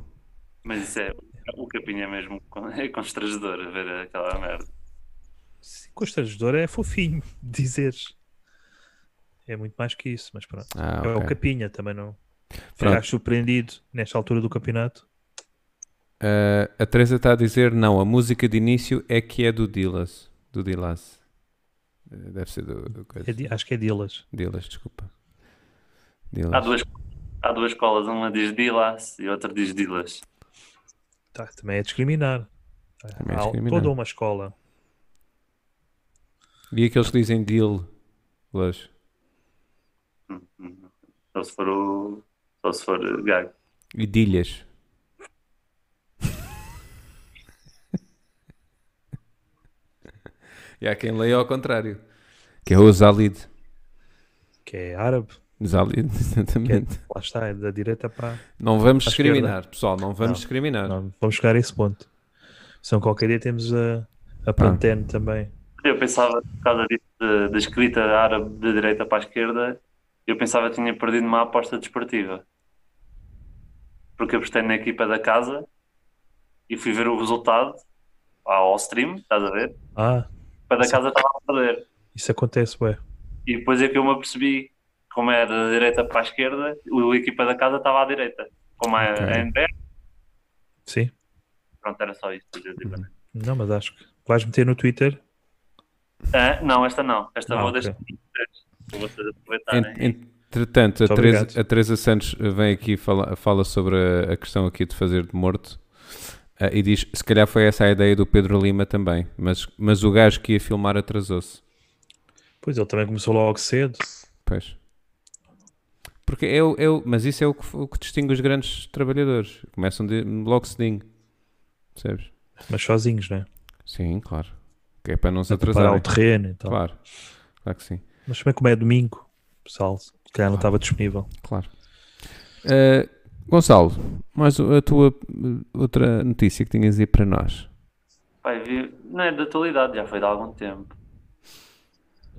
S3: Mas isso é. O Capinha é mesmo con- é constrangedor a ver aquela merda.
S2: Sim, constrangedor é fofinho de dizeres. É muito mais que isso, mas pronto.
S1: Ah,
S2: É o
S1: ok.
S2: Capinha também, não?
S1: Pronto.
S2: Ficaste surpreendido nesta altura do campeonato?
S1: Ah, a Teresa está a dizer: não, a música de início é que é do Dillas. Do Dillas. Eh, Deve ser do, do coisa.
S2: É di- acho que é Dilas.
S1: Dillas, desculpa.
S3: Há
S1: Dillas.
S3: duas, há duas colas, uma diz Dilas e outra diz Dilas.
S2: Tá, também é discriminar.
S1: é
S2: Há
S1: discriminar.
S2: toda uma escola.
S1: E aqueles que dizem Dillas.
S3: Só se for o. Só se for eh, gago.
S1: E Dilhas. e há quem leia ao contrário. Que é o Zalid.
S2: Que é árabe.
S1: Zalid,
S2: Que é,
S1: exatamente.
S2: lá está, é da direita para.
S1: Não vamos
S2: À
S1: discriminar, pessoal, não
S2: Não,
S1: vamos discriminar.
S2: Não, vamos chegar a esse ponto. Senão qualquer dia temos a,
S1: Ah.
S2: a Pantene também.
S3: Eu pensava, por causa disso, de- da escrita árabe da direita para a esquerda, eu pensava que tinha perdido uma aposta desportiva. Porque apostei na equipa da casa e fui ver o resultado ao stream, estás a ver?
S2: Ah,
S3: A equipa da casa estava a perder.
S2: isso acontece, ué.
S3: E depois é que eu me apercebi como é da direita para a esquerda, a equipa da casa estava à direita. Como é
S2: Ok.
S3: a Emberg,
S2: Sim.
S3: pronto, era só isso.
S2: Uhum.
S3: basicamente.
S2: Não, mas acho que vais meter no Twitter.
S3: Ah, não, esta não. Esta
S2: Ah,
S3: vou
S2: ok.
S3: deixar para vocês, para vocês aproveitarem.
S1: Ent- Entretanto, a
S2: Muito
S1: Teresa,
S2: obrigado.
S1: a Teresa Santos vem aqui e fala, fala sobre a, a questão aqui de fazer de morto eh, e diz: se calhar foi essa a ideia do Pedro Lima também, mas, mas o gajo que ia filmar atrasou-se.
S2: Pois ele também começou logo cedo.
S1: Pois. Porque é o- é o- mas isso é o que, o que distingue os grandes trabalhadores. Começam de, logo cedinho. Percebes?
S2: Mas sozinhos, né?
S1: Sim, claro. Que é para não se
S2: A preparar
S1: atrasarem.
S2: o terreno então. e tal.
S1: Claro. Claro que sim.
S2: Mas também como é domingo, o pessoal, se calhar não estava disponível.
S1: Claro. Eh, Gonçalo, mais o- a tua eh, outra notícia que tinhas aí para nós.
S3: Pai, vi- não é da atualidade, já foi de algum tempo.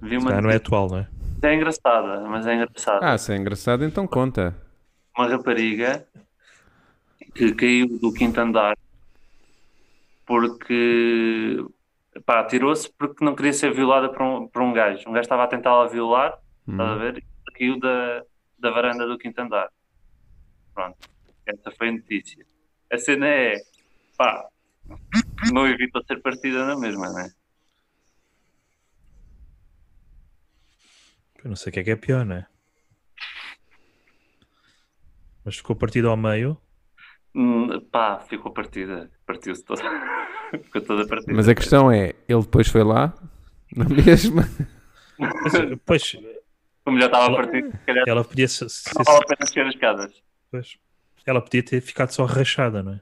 S3: Vi
S2: Se
S3: uma
S2: calhar não é
S3: notícia-
S2: atual, não é?
S3: é engraçada, mas é engraçada.
S1: Ah, se é engraçado, então conta.
S3: Uma rapariga que caiu do quinto andar porque pá, atirou-se porque não queria ser violada por um, por um gajo. Um gajo estava a tentá-la violar, estás a
S1: Hum,
S3: ver? E caiu da, da varanda do quinto andar. Pronto, essa foi a notícia. A cena é pá, não evitou ser partida na mesma, né?
S2: Eu não sei o que é que é pior, não é? Mas ficou partido ao meio.
S3: Hum, Pá, ficou partida. Partiu-se toda. ficou toda partida.
S1: Mas a questão é, ele depois foi lá, é na mesma?
S2: Pois, Pois,
S3: Como já estava partida, se calhar
S2: ela podia ser, ser-
S3: não vale a pena descer as escadas.
S2: pois. ela podia ter ficado só rachada, não é?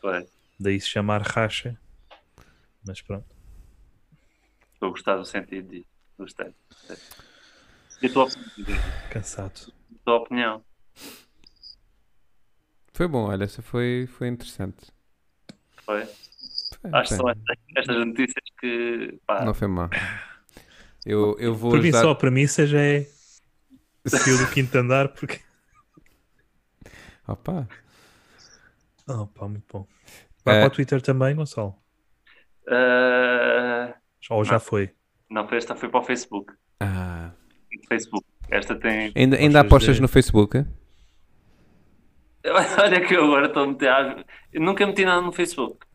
S3: Pois,
S2: Daí se chamar racha. Mas pronto.
S3: estou a gostar do sentido disso. Gostei. gostei. E a tua opinião?
S2: Cansado.
S3: A tua opinião?
S1: Foi bom, olha, essa foi, foi interessante.
S3: Foi?
S1: Foi,
S3: Acho
S1: foi.
S3: que são estas, estas notícias que. Pá,
S1: Não foi má. Eu, eu vou
S2: Por mim,
S1: ajudar...
S2: só a premissa já é. Saiu do quinto andar porque.
S1: Opa,
S2: Oh, pá, muito bom. Vai
S1: É.
S2: para o Twitter também, Gonçalo.
S3: ah,
S2: Ou já foi.
S3: não, foi esta foi para o Facebook.
S1: Ah.
S3: Facebook. Esta tem.
S1: Ainda, ainda
S2: Apostas
S1: apostas
S2: de-
S1: no Facebook? é?
S3: Olha que eu agora estou a meter. às- Eu nunca meti nada no Facebook.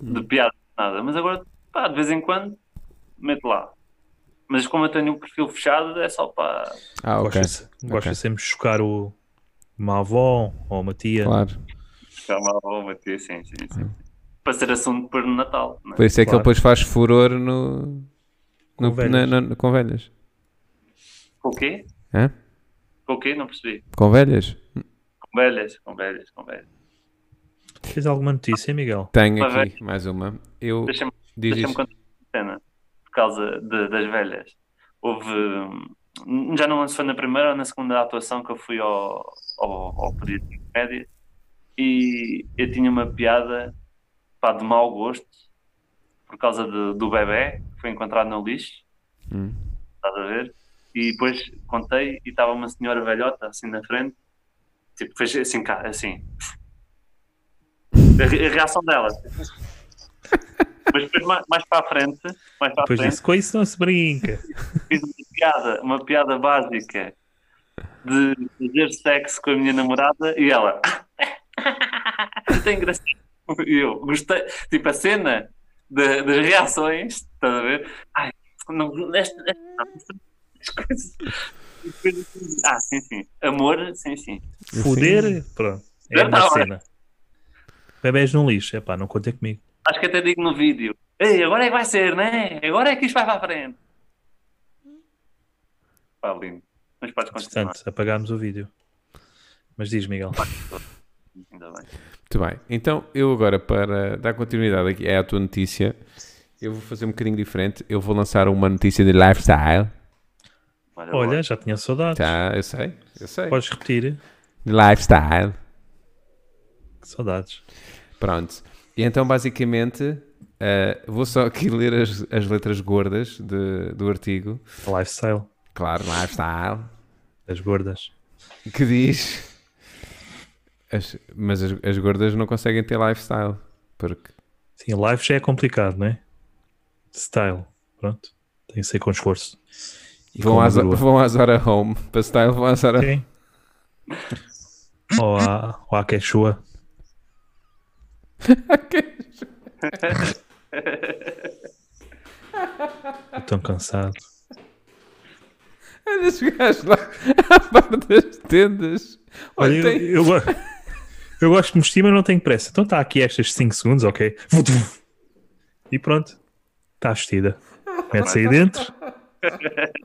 S3: De piada, nada. Mas agora, pá, de vez em quando, meto lá. Mas como eu tenho o perfil fechado, é só para.
S1: Ah, ok.
S2: Gosta de- gosta
S1: Ok.
S2: sempre de chocar o uma avó ou uma tia.
S1: Claro.
S3: Calma, vou meter, sim, sim, sim. Para ser assunto para o Natal. Não é?
S1: Por isso é que
S2: Claro.
S1: ele depois faz furor no, no,
S2: Com velhas.
S1: na- na- com velhas.
S3: Com o quê?
S1: Hã?
S3: Com o quê? Não percebi.
S1: Com velhas?
S3: Com velhas, com velhas, com velhas.
S2: Tens alguma notícia, Miguel?
S1: Tenho
S3: Uma
S1: aqui mais uma. Eu
S3: é. Deixa-me
S1: diz
S3: deixa
S1: isso.
S3: contar uma cena. Por causa de- das velhas. Houve. hum, Já não lembro se foi na primeira ou na segunda atuação que eu fui ao, ao, ao período de comédia e eu tinha uma piada pá, de mau gosto por causa de- do bebê que foi encontrado no lixo.
S1: Hum.
S3: estás a ver? E depois contei e estava uma senhora velhota assim na frente, tipo, fez assim, cara, assim. A, re- a reação dela. Mas depois, ma- mais, para a frente, mais para a
S2: Depois
S3: frente,
S2: disse, com isso não se brinca.
S3: fiz uma piada, uma piada básica de fazer sexo com a minha namorada e ela. Está engraçado. E eu gostei, tipo, a cena da- das reações, estás a ver? Ai, não, esta, esta- as coisas. Ah, sim, sim. Amor, sim, sim.
S2: Foder, pronto. É
S3: Já
S2: uma
S3: tá,
S2: cena. Bebés num lixo, é pá, não contem comigo.
S3: Acho que até digo no vídeo. Ei, agora é que vai ser, né? Agora é que isto vai para a frente. Pá, lindo. Mas podes continuar,
S2: Portanto, apagámos o vídeo. Mas diz, Miguel.
S3: ainda bem.
S1: Muito bem. Então, eu agora, para dar continuidade aqui é à tua notícia, eu vou fazer um bocadinho diferente. Eu vou lançar uma notícia de lifestyle.
S3: lá.
S2: Olha, já tinha saudades.
S1: Tá, eu sei, eu sei.
S2: Podes repetir?
S1: De lifestyle.
S2: Que saudades.
S1: Pronto. E então, basicamente, eh, vou só aqui ler as, as letras gordas de- do artigo.
S2: Lifestyle
S1: Claro, lifestyle.
S2: das gordas.
S1: Que diz. As- mas as, as gordas não conseguem ter lifestyle. Porque.
S2: Sim, live já é complicado, não é? Style, pronto. Tem que ser com esforço.
S1: E vão, às, vão às horas home. Para style, vão às horas.
S2: Sim. Ou à, ou à quechua. Estou cansado.
S1: Olha os gajos lá à parte das tendas.
S2: Olha,
S1: Olha, tem-
S2: eu, eu, go- eu gosto de mexer, mas não tenho pressa. Então está aqui estas 5 segundos, ok? E pronto. Está vestida. Mete-se aí dentro.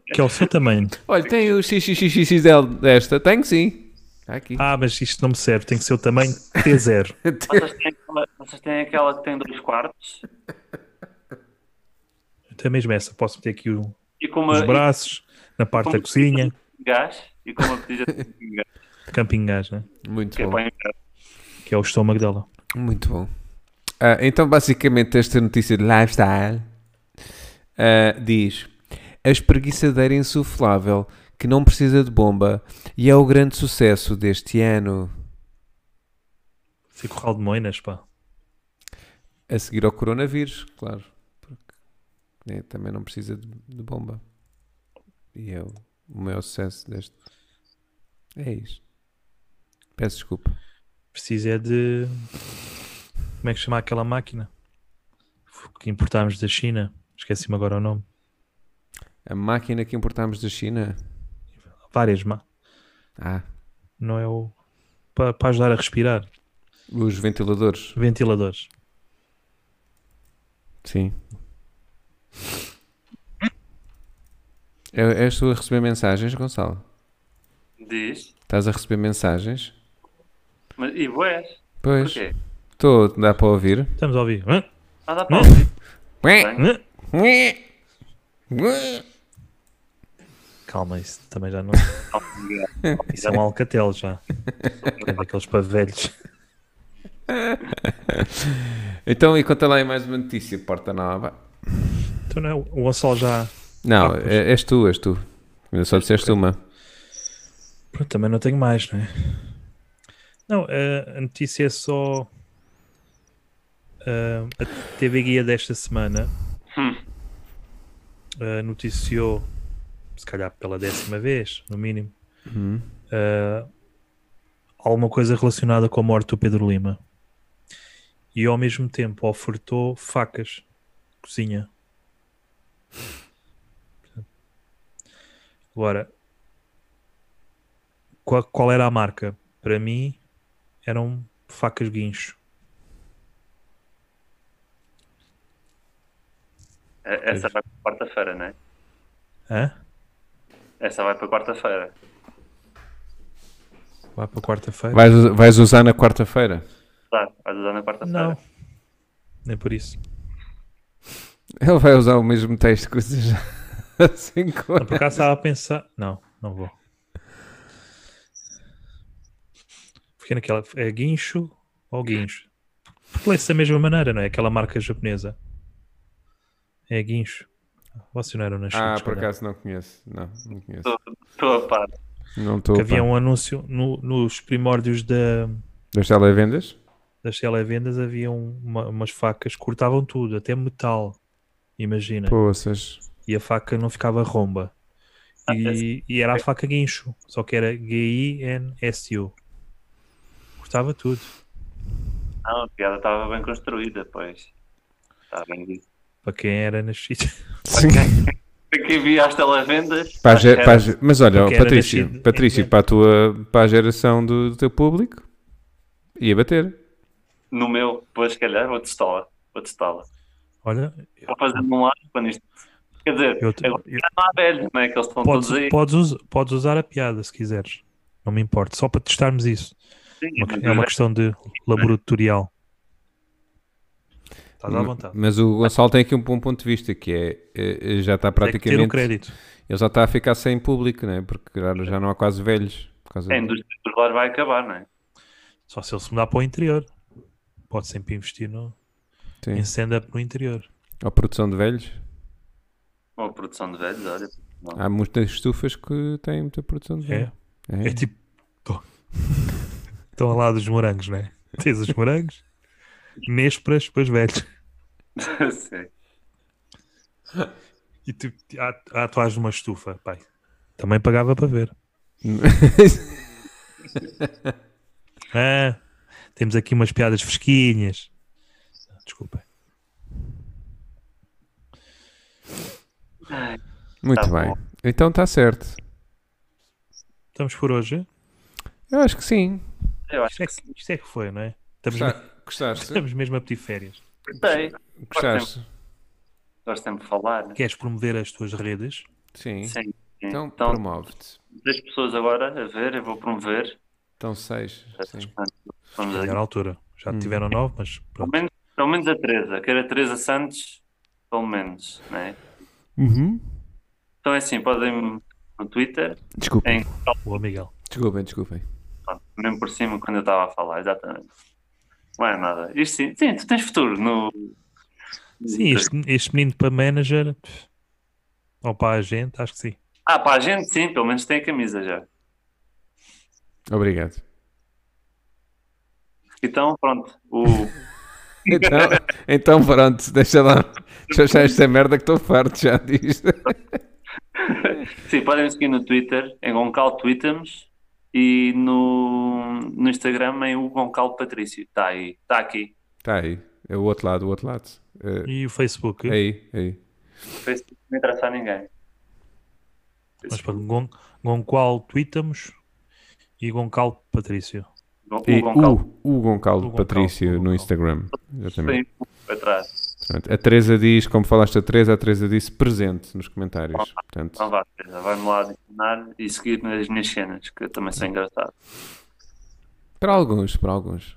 S2: Que é o seu tamanho.
S1: Olha, tem o XXXXL desta. Tenho sim. Está aqui.
S2: Ah, mas isto não me serve. Tem que ser o tamanho T0.
S3: Vocês têm, aquela, vocês têm aquela que tem dois quartos
S2: Então é mesmo essa. Posso meter aqui o-
S3: Ah, e com uma
S2: os braços, na parte da cozinha.
S3: e gás e com uma pedida de gás,
S2: Camping gás, né?
S1: Muito
S3: que é
S1: bom.
S3: para o inverno.
S2: Que é o estômago dela.
S1: Muito bom. Ah, então, basicamente, esta notícia de lifestyle ah, diz: A espreguiçadeira insuflável que não precisa de bomba e é o grande sucesso deste ano.
S2: Isso é corral de moinas, pá.
S1: A seguir ao coronavírus, claro. Porque né, também não precisa de, de bomba. E é o, o maior sucesso deste. É isto. Peço desculpa.
S2: Precisa é de. Como é que chama aquela máquina? Que importámos da China. Esqueci-me agora o nome.
S1: A máquina que importámos da China.
S2: Várias má.
S1: Ah,
S2: Não é o. Para ajudar a respirar.
S1: os ventiladores.
S2: Ventiladores.
S1: Sim. És tu a receber mensagens, Gonçalo?
S3: Diz.
S1: Estás a receber mensagens?
S3: Mas, e boés?
S1: Pois.
S3: Porquê?
S1: Estou, dá para ouvir?
S2: Estamos a ouvir. Hã?
S3: Ah, dá para
S2: Não?
S3: ouvir. é?
S2: Hã?
S1: Não
S2: Calma, isso também já não.
S3: Não,
S2: Isso é um alcatel já. É daqueles para velhos.
S1: Então, e conta lá aí mais uma notícia, Porta Nova.
S2: Então, não é? O Gonçalo já. Ah,
S1: Não, é- és tu, és tu. Ainda
S2: É,
S1: só disseste uma.
S2: Pronto, também não tenho mais, não é? Não, eh, a notícia é só. eh, a TV Guia desta semana
S3: Hum.
S2: eh, noticiou, se calhar pela décima vez, no mínimo, eh, alguma coisa relacionada com a morte do Pedro Lima. E ao mesmo tempo ofertou facas, cozinha. Agora, qual, qual era a marca? Para mim eram facas guincho.
S3: é- Essa vai para quarta-feira, não é?
S2: Hã?
S3: Essa vai para quarta-feira.
S2: Vai para quarta-feira?
S1: Vais, us- vais usar na quarta-feira?
S3: Tá, vais usar na quarta-feira.
S2: Não. Nem por isso.
S1: Ele vai usar o mesmo texto que você já. Assim,
S2: Não, por acaso estava a pensar. Não, não vou. Fiquei naquela. É guincho ou guincho? Porque lê-se da mesma maneira, não é? Aquela marca japonesa. É guincho. Vocês não é? eram nas
S1: ah, por acaso não conheço. Não, não conheço.
S3: Estou a par.
S1: Não estou.
S2: Que havia
S1: pá.
S2: um anúncio no- nos primórdios da,
S1: Das televendas?
S2: das televendas havia um- uma- umas facas que cortavam tudo, até metal. Imagina.
S1: Poças.
S2: E a faca não ficava romba.
S3: Ah,
S2: E, e era a faca guincho, só que era G-I-N-S-U. Cortava tudo.
S3: Não, a piada estava bem construída, pois. Está bem dito.
S2: Para quem era nascido.
S1: Sim.
S3: Aqui vi as televendas.
S1: Para a ge- para a ge- mas olha,
S2: Ah, Porque era é,
S1: Patrício,
S2: nascido em
S1: Patrício
S2: Belém.
S1: para, a tua, para a geração do, do teu público, ia bater.
S3: No meu, pois, se calhar, vou testá-la. Vou testá-la.
S2: Olha,
S3: Vou fazer um lado quando isto. Quer dizer, é-
S2: eu te-
S3: agora
S2: eu-
S3: já não há velhos, não é? Que eles estão
S2: podes,
S3: todos aí.
S2: podes, us- podes usar a piada se quiseres. Não me importa, só para testarmos isso. Uma- é uma questão de laboratorial. Estás
S1: Hum,
S2: à vontade.
S1: Mas o Gonçalo tem aqui um bom ponto de vista, que é, eh, eh, já está
S2: Tem é que ter o
S1: praticamente,
S2: crédito. É.
S1: ele já está a ficar sem público, né? porque já, já não há quase velhos. Por causa
S3: A
S1: de-
S3: indústria do lar vai acabar, não é?
S2: Só se ele se mudar para o interior. Pode sempre investir no,
S1: Sim.
S2: em stand-up no interior.
S1: Ou produção de velhos.
S3: Uma produção de velhos, olha.
S1: Há muitas estufas que têm muita produção de velhos.
S2: É. É tipo. tô- Estão lá dos morangos, né? Tens os morangos, Ah. nésperas, depois velhos.
S3: Sim.
S2: E tipo, há, há atuais numa estufa, pai. Também pagava para ver. Ah, temos aqui umas piadas fresquinhas. Desculpem.
S3: Ai,
S1: Muito
S3: Tá
S1: bem.
S3: bom.
S1: Então está certo.
S2: Estamos por hoje.
S1: Eu acho que sim.
S3: Eu acho
S2: Isto é que, isto é que foi, não é? Estamos,
S1: Gosta-
S2: me-
S1: Gostaste?
S2: estamos mesmo a pedir férias.
S3: que gostei.
S1: Gostaste?
S3: Gosto sempre de falar.
S2: Queres promover as tuas redes?
S1: Sim.
S3: Sim.
S1: Então
S3: Então,
S1: promove-te.
S3: das pessoas agora a ver, eu vou promover.
S1: Então seis.
S3: Tá
S1: Sim.
S3: Portanto, Vamos aí.
S2: Melhor altura. Já
S1: Hum.
S2: tiveram nove, mas
S3: Pelo
S2: pronto.
S3: menos, pelo menos a Teresa, quero a Teresa Santos, pelo menos, né? Então é assim, podem-me no Twitter,
S1: Desculpem.
S3: em
S2: Boa, Miguel.
S1: Desculpem, desculpem.
S3: pronto, mesmo por cima quando eu estava a falar, exatamente. Não é nada. Isto sim, sim, tu tens futuro no.
S2: Sim, este, este menino para manager pff, ou para agente, acho que sim.
S3: Ah, para a gente sim, pelo menos tem a camisa já.
S1: Obrigado.
S3: Então, pronto, o.
S1: Então, então pronto, deixa lá. Deixa já esta merda que estou farto já disto.
S3: Sim, podem me seguir no Twitter, em Goncal Twitters e no, no Instagram em o Goncal Patrício. Está aí, está aqui.
S1: Está aí. É o outro lado, o outro lado. É,
S2: E o Facebook?
S1: aí, aí.
S3: Facebook Não interessa a ninguém.
S2: Mas para Gon, Gonqual Twittamos e Goncal Patrício.
S3: Gon-
S1: E
S3: O
S1: o,
S3: Goncal
S1: o Goncalo
S2: O Goncalo, o
S1: Patrício
S2: Goncalo.
S1: no Instagram. Exatamente.
S3: tem um pouco para trás.
S1: Pronto. A Teresa diz, como falaste a Teresa, a Teresa disse presente nos comentários. Portanto,
S3: Então vá, Teresa, vai-me lá adicionar e seguir nas minhas cenas, que eu também sou engraçado.
S1: para alguns, para alguns.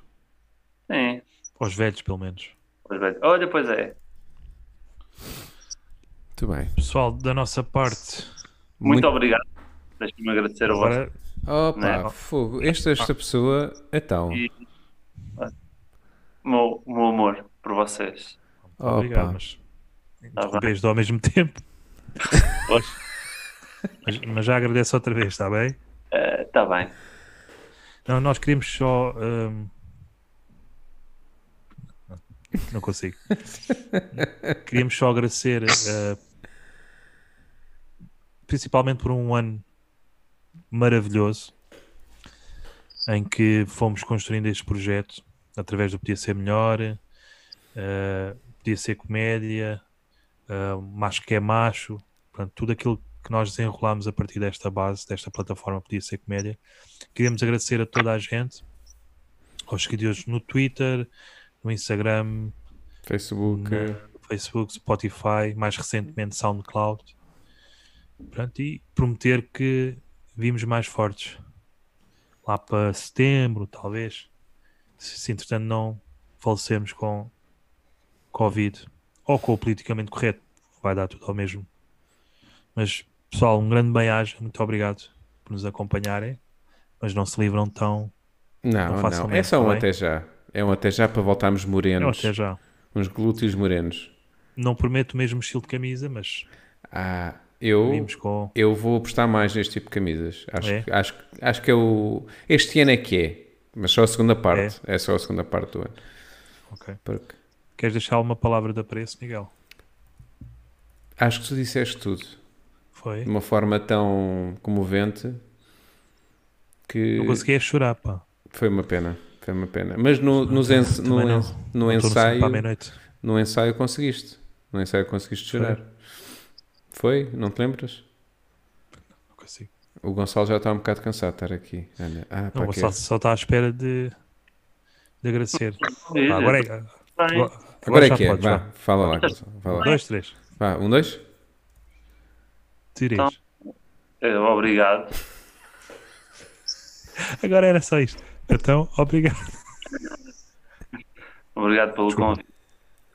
S3: Sim,
S2: Para os velhos, pelo menos.
S3: pois bem. Olha, pois é.
S1: Muito bem.
S2: Pessoal, da nossa parte,
S3: Muito,
S1: Muito-
S3: obrigado. Deixa-me agradecer a vossa.
S2: agora
S1: Opa,
S3: Não.
S1: fogo. Esta, esta pessoa, então.
S3: E... O meu, o meu amor por vocês.
S1: Opa.
S2: Obrigado, mas
S3: bem.
S2: desculpem ao mesmo tempo. mas, mas já agradeço outra vez, está bem?
S3: Está Tá bem.
S2: Não, nós queríamos só. hum, Não consigo. queríamos só agradecer, eh, principalmente por um ano maravilhoso em que fomos construindo este projeto através do Podia Ser Melhor, eh, Podia Ser Comédia, eh, Macho que é Macho, portanto, tudo aquilo que nós desenrolámos a partir desta base, desta plataforma Podia Ser Comédia. Queríamos agradecer a toda a gente, aos seguidores no Twitter, no Instagram,
S1: Facebook. eh,
S2: no Facebook, Spotify, mais recentemente SoundCloud. Pronto, e prometer que vimos mais fortes lá para setembro, talvez. Se, se entretanto não falecemos com Covid ou com o politicamente correto, vai dar tudo ao mesmo. Mas pessoal, um grande bem-aja, muito obrigado por nos acompanharem. Mas não se livram tão.
S1: Não,
S2: Não
S1: não.
S2: façam
S1: É
S2: mesmo,
S1: só um
S2: tá bem?
S1: até já. É um até já para voltarmos
S2: Não,
S1: morenos.
S2: É um até já.
S1: Uns glúteos morenos.
S2: Não prometo o mesmo estilo de camisa, mas
S1: Ah, eu,
S2: vimos com.
S1: eu vou apostar mais neste tipo de camisas. Acho,
S2: É?
S1: que- acho, que- acho que é o. Este ano é que é. Mas só a segunda parte. É, só a segunda parte do ano.
S2: Ok.
S1: Porque
S2: Queres deixar uma palavra de apreço, Miguel?
S1: acho que tu disseste tudo.
S2: Foi?
S1: De uma forma tão comovente que
S2: Não conseguia chorar, pá.
S1: foi uma pena. Foi uma pena. Mas no, nos ens- no,
S2: Também não.
S1: ens- no
S2: Não é? estou sempre
S1: ensaio.
S2: Para a meia-noite.
S1: No ensaio conseguiste. No ensaio conseguiste chorar. Foi? Não te lembras?
S2: Não consigo.
S1: O Gonçalo já está um bocado cansado de estar aqui. Olha, ah,
S2: Não, o
S1: pá, que-
S2: Gonçalo só está à espera de, de agradecer. Pá, agora é, agora,
S3: Tá Bem,
S1: Agora é
S2: já
S1: que é.
S2: podes,
S1: Vá,
S2: vá.
S1: fala lá, Gonçalo. Vá, lá.
S2: Dois, três.
S1: Vá, um, dois.
S2: Tirês.
S3: Então. eh, obrigado.
S2: Agora era só isto. Então, obrigado.
S3: Obrigado pelo convite.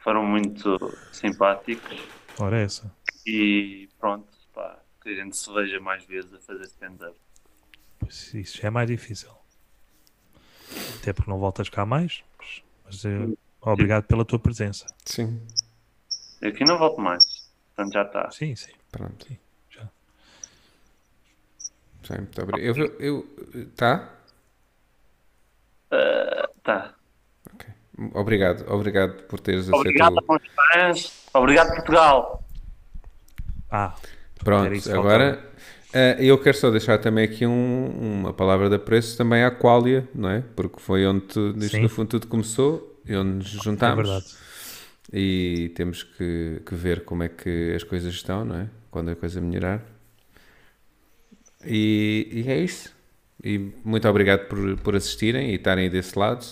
S3: Foram muito simpáticos
S2: Ora, é essa.
S3: e pronto, pá, que a gente se veja mais vezes a fazer stand-up.
S2: Pois Isso já é mais difícil. Até porque não voltas cá mais. Mas, mas, eh, obrigado pela tua presença.
S1: Sim.
S3: Eu Aqui não volto mais, portanto já tá. está.
S2: Sim, sim.
S1: Pronto.
S2: já.
S1: Já, muito obrigado. Eu, eu, tá?
S3: Tá.
S1: Ok. Obrigado, obrigado por teres aceito.
S3: Obrigado
S1: o-
S3: aos meus fãs, obrigado Portugal.
S2: Ah,
S1: Pronto,
S2: Era isso que
S1: agora eh, eu quero só deixar também aqui um- uma palavra de apreço também à Qualia, não é? Porque foi onde tudo, isto
S2: Sim.
S1: no fundo tudo começou e onde nos
S2: é
S1: juntámos.
S2: verdade.
S1: e temos que, que ver como é que as coisas estão, não é? Quando a coisa melhorar. E, e é isso. E muito obrigado por, por assistirem e estarem desse lado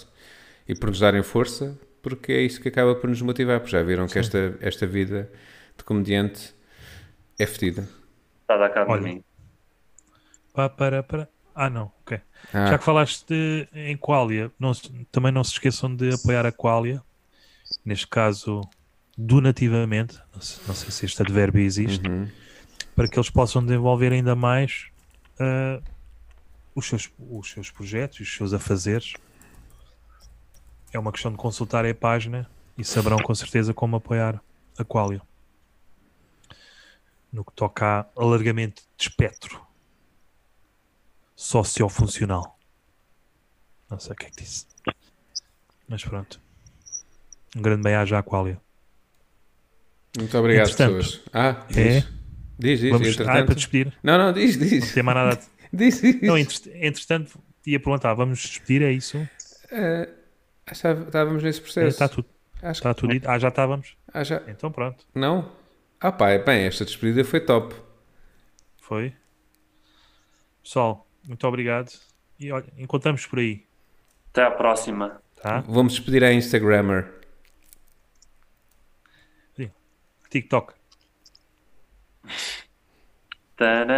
S1: e por nos darem força, porque é isso que acaba por nos motivar. Porque já viram que esta, esta vida de comediante é fedida.
S3: Está a dar cabo
S2: Olha.
S3: de mim.
S2: Pá, para, para. Ah, não, ok.
S1: Ah,
S2: Já que falaste de- em Qualia, não se- também não se esqueçam de apoiar a Qualia, neste caso donativamente, não se- não sei, se este advérbio existe, para que eles possam desenvolver ainda mais ah, os, seus, os seus projetos, os seus afazeres. É uma questão de consultarem a página e saberão com certeza como apoiar a Qualia. No que toca a alargamento de espectro sociofuncional. Não sei o que é que disse. Mas pronto. Um grande bem-aja à Qualia.
S1: muito obrigado,
S2: entretanto,
S1: pessoas. Ah, diz.
S2: é?
S1: Diz, diz,
S2: Vamos ah, é para
S1: entretanto.
S2: despedir.
S1: Não, não, diz,
S2: Não
S1: diz.
S2: tem mais nada. a-
S1: Diz, diz.
S2: Não, entre- entretanto, ia perguntar, vamos despedir, é isso?
S1: Ah, achava- estávamos nesse
S2: É,
S1: processo.
S2: Está tudo,
S1: Acho que
S2: está tudo dito. Ah, já estávamos?
S1: ah, já-
S2: Então pronto.
S1: Não? Ah pá, é bem, esta despedida foi top.
S2: Foi. Pessoal, muito obrigado. E olha, encontramos por aí.
S3: Até à próxima.
S2: Tá?
S1: Vamos despedir à Instagrammer.
S2: TikTok.
S3: Tadá.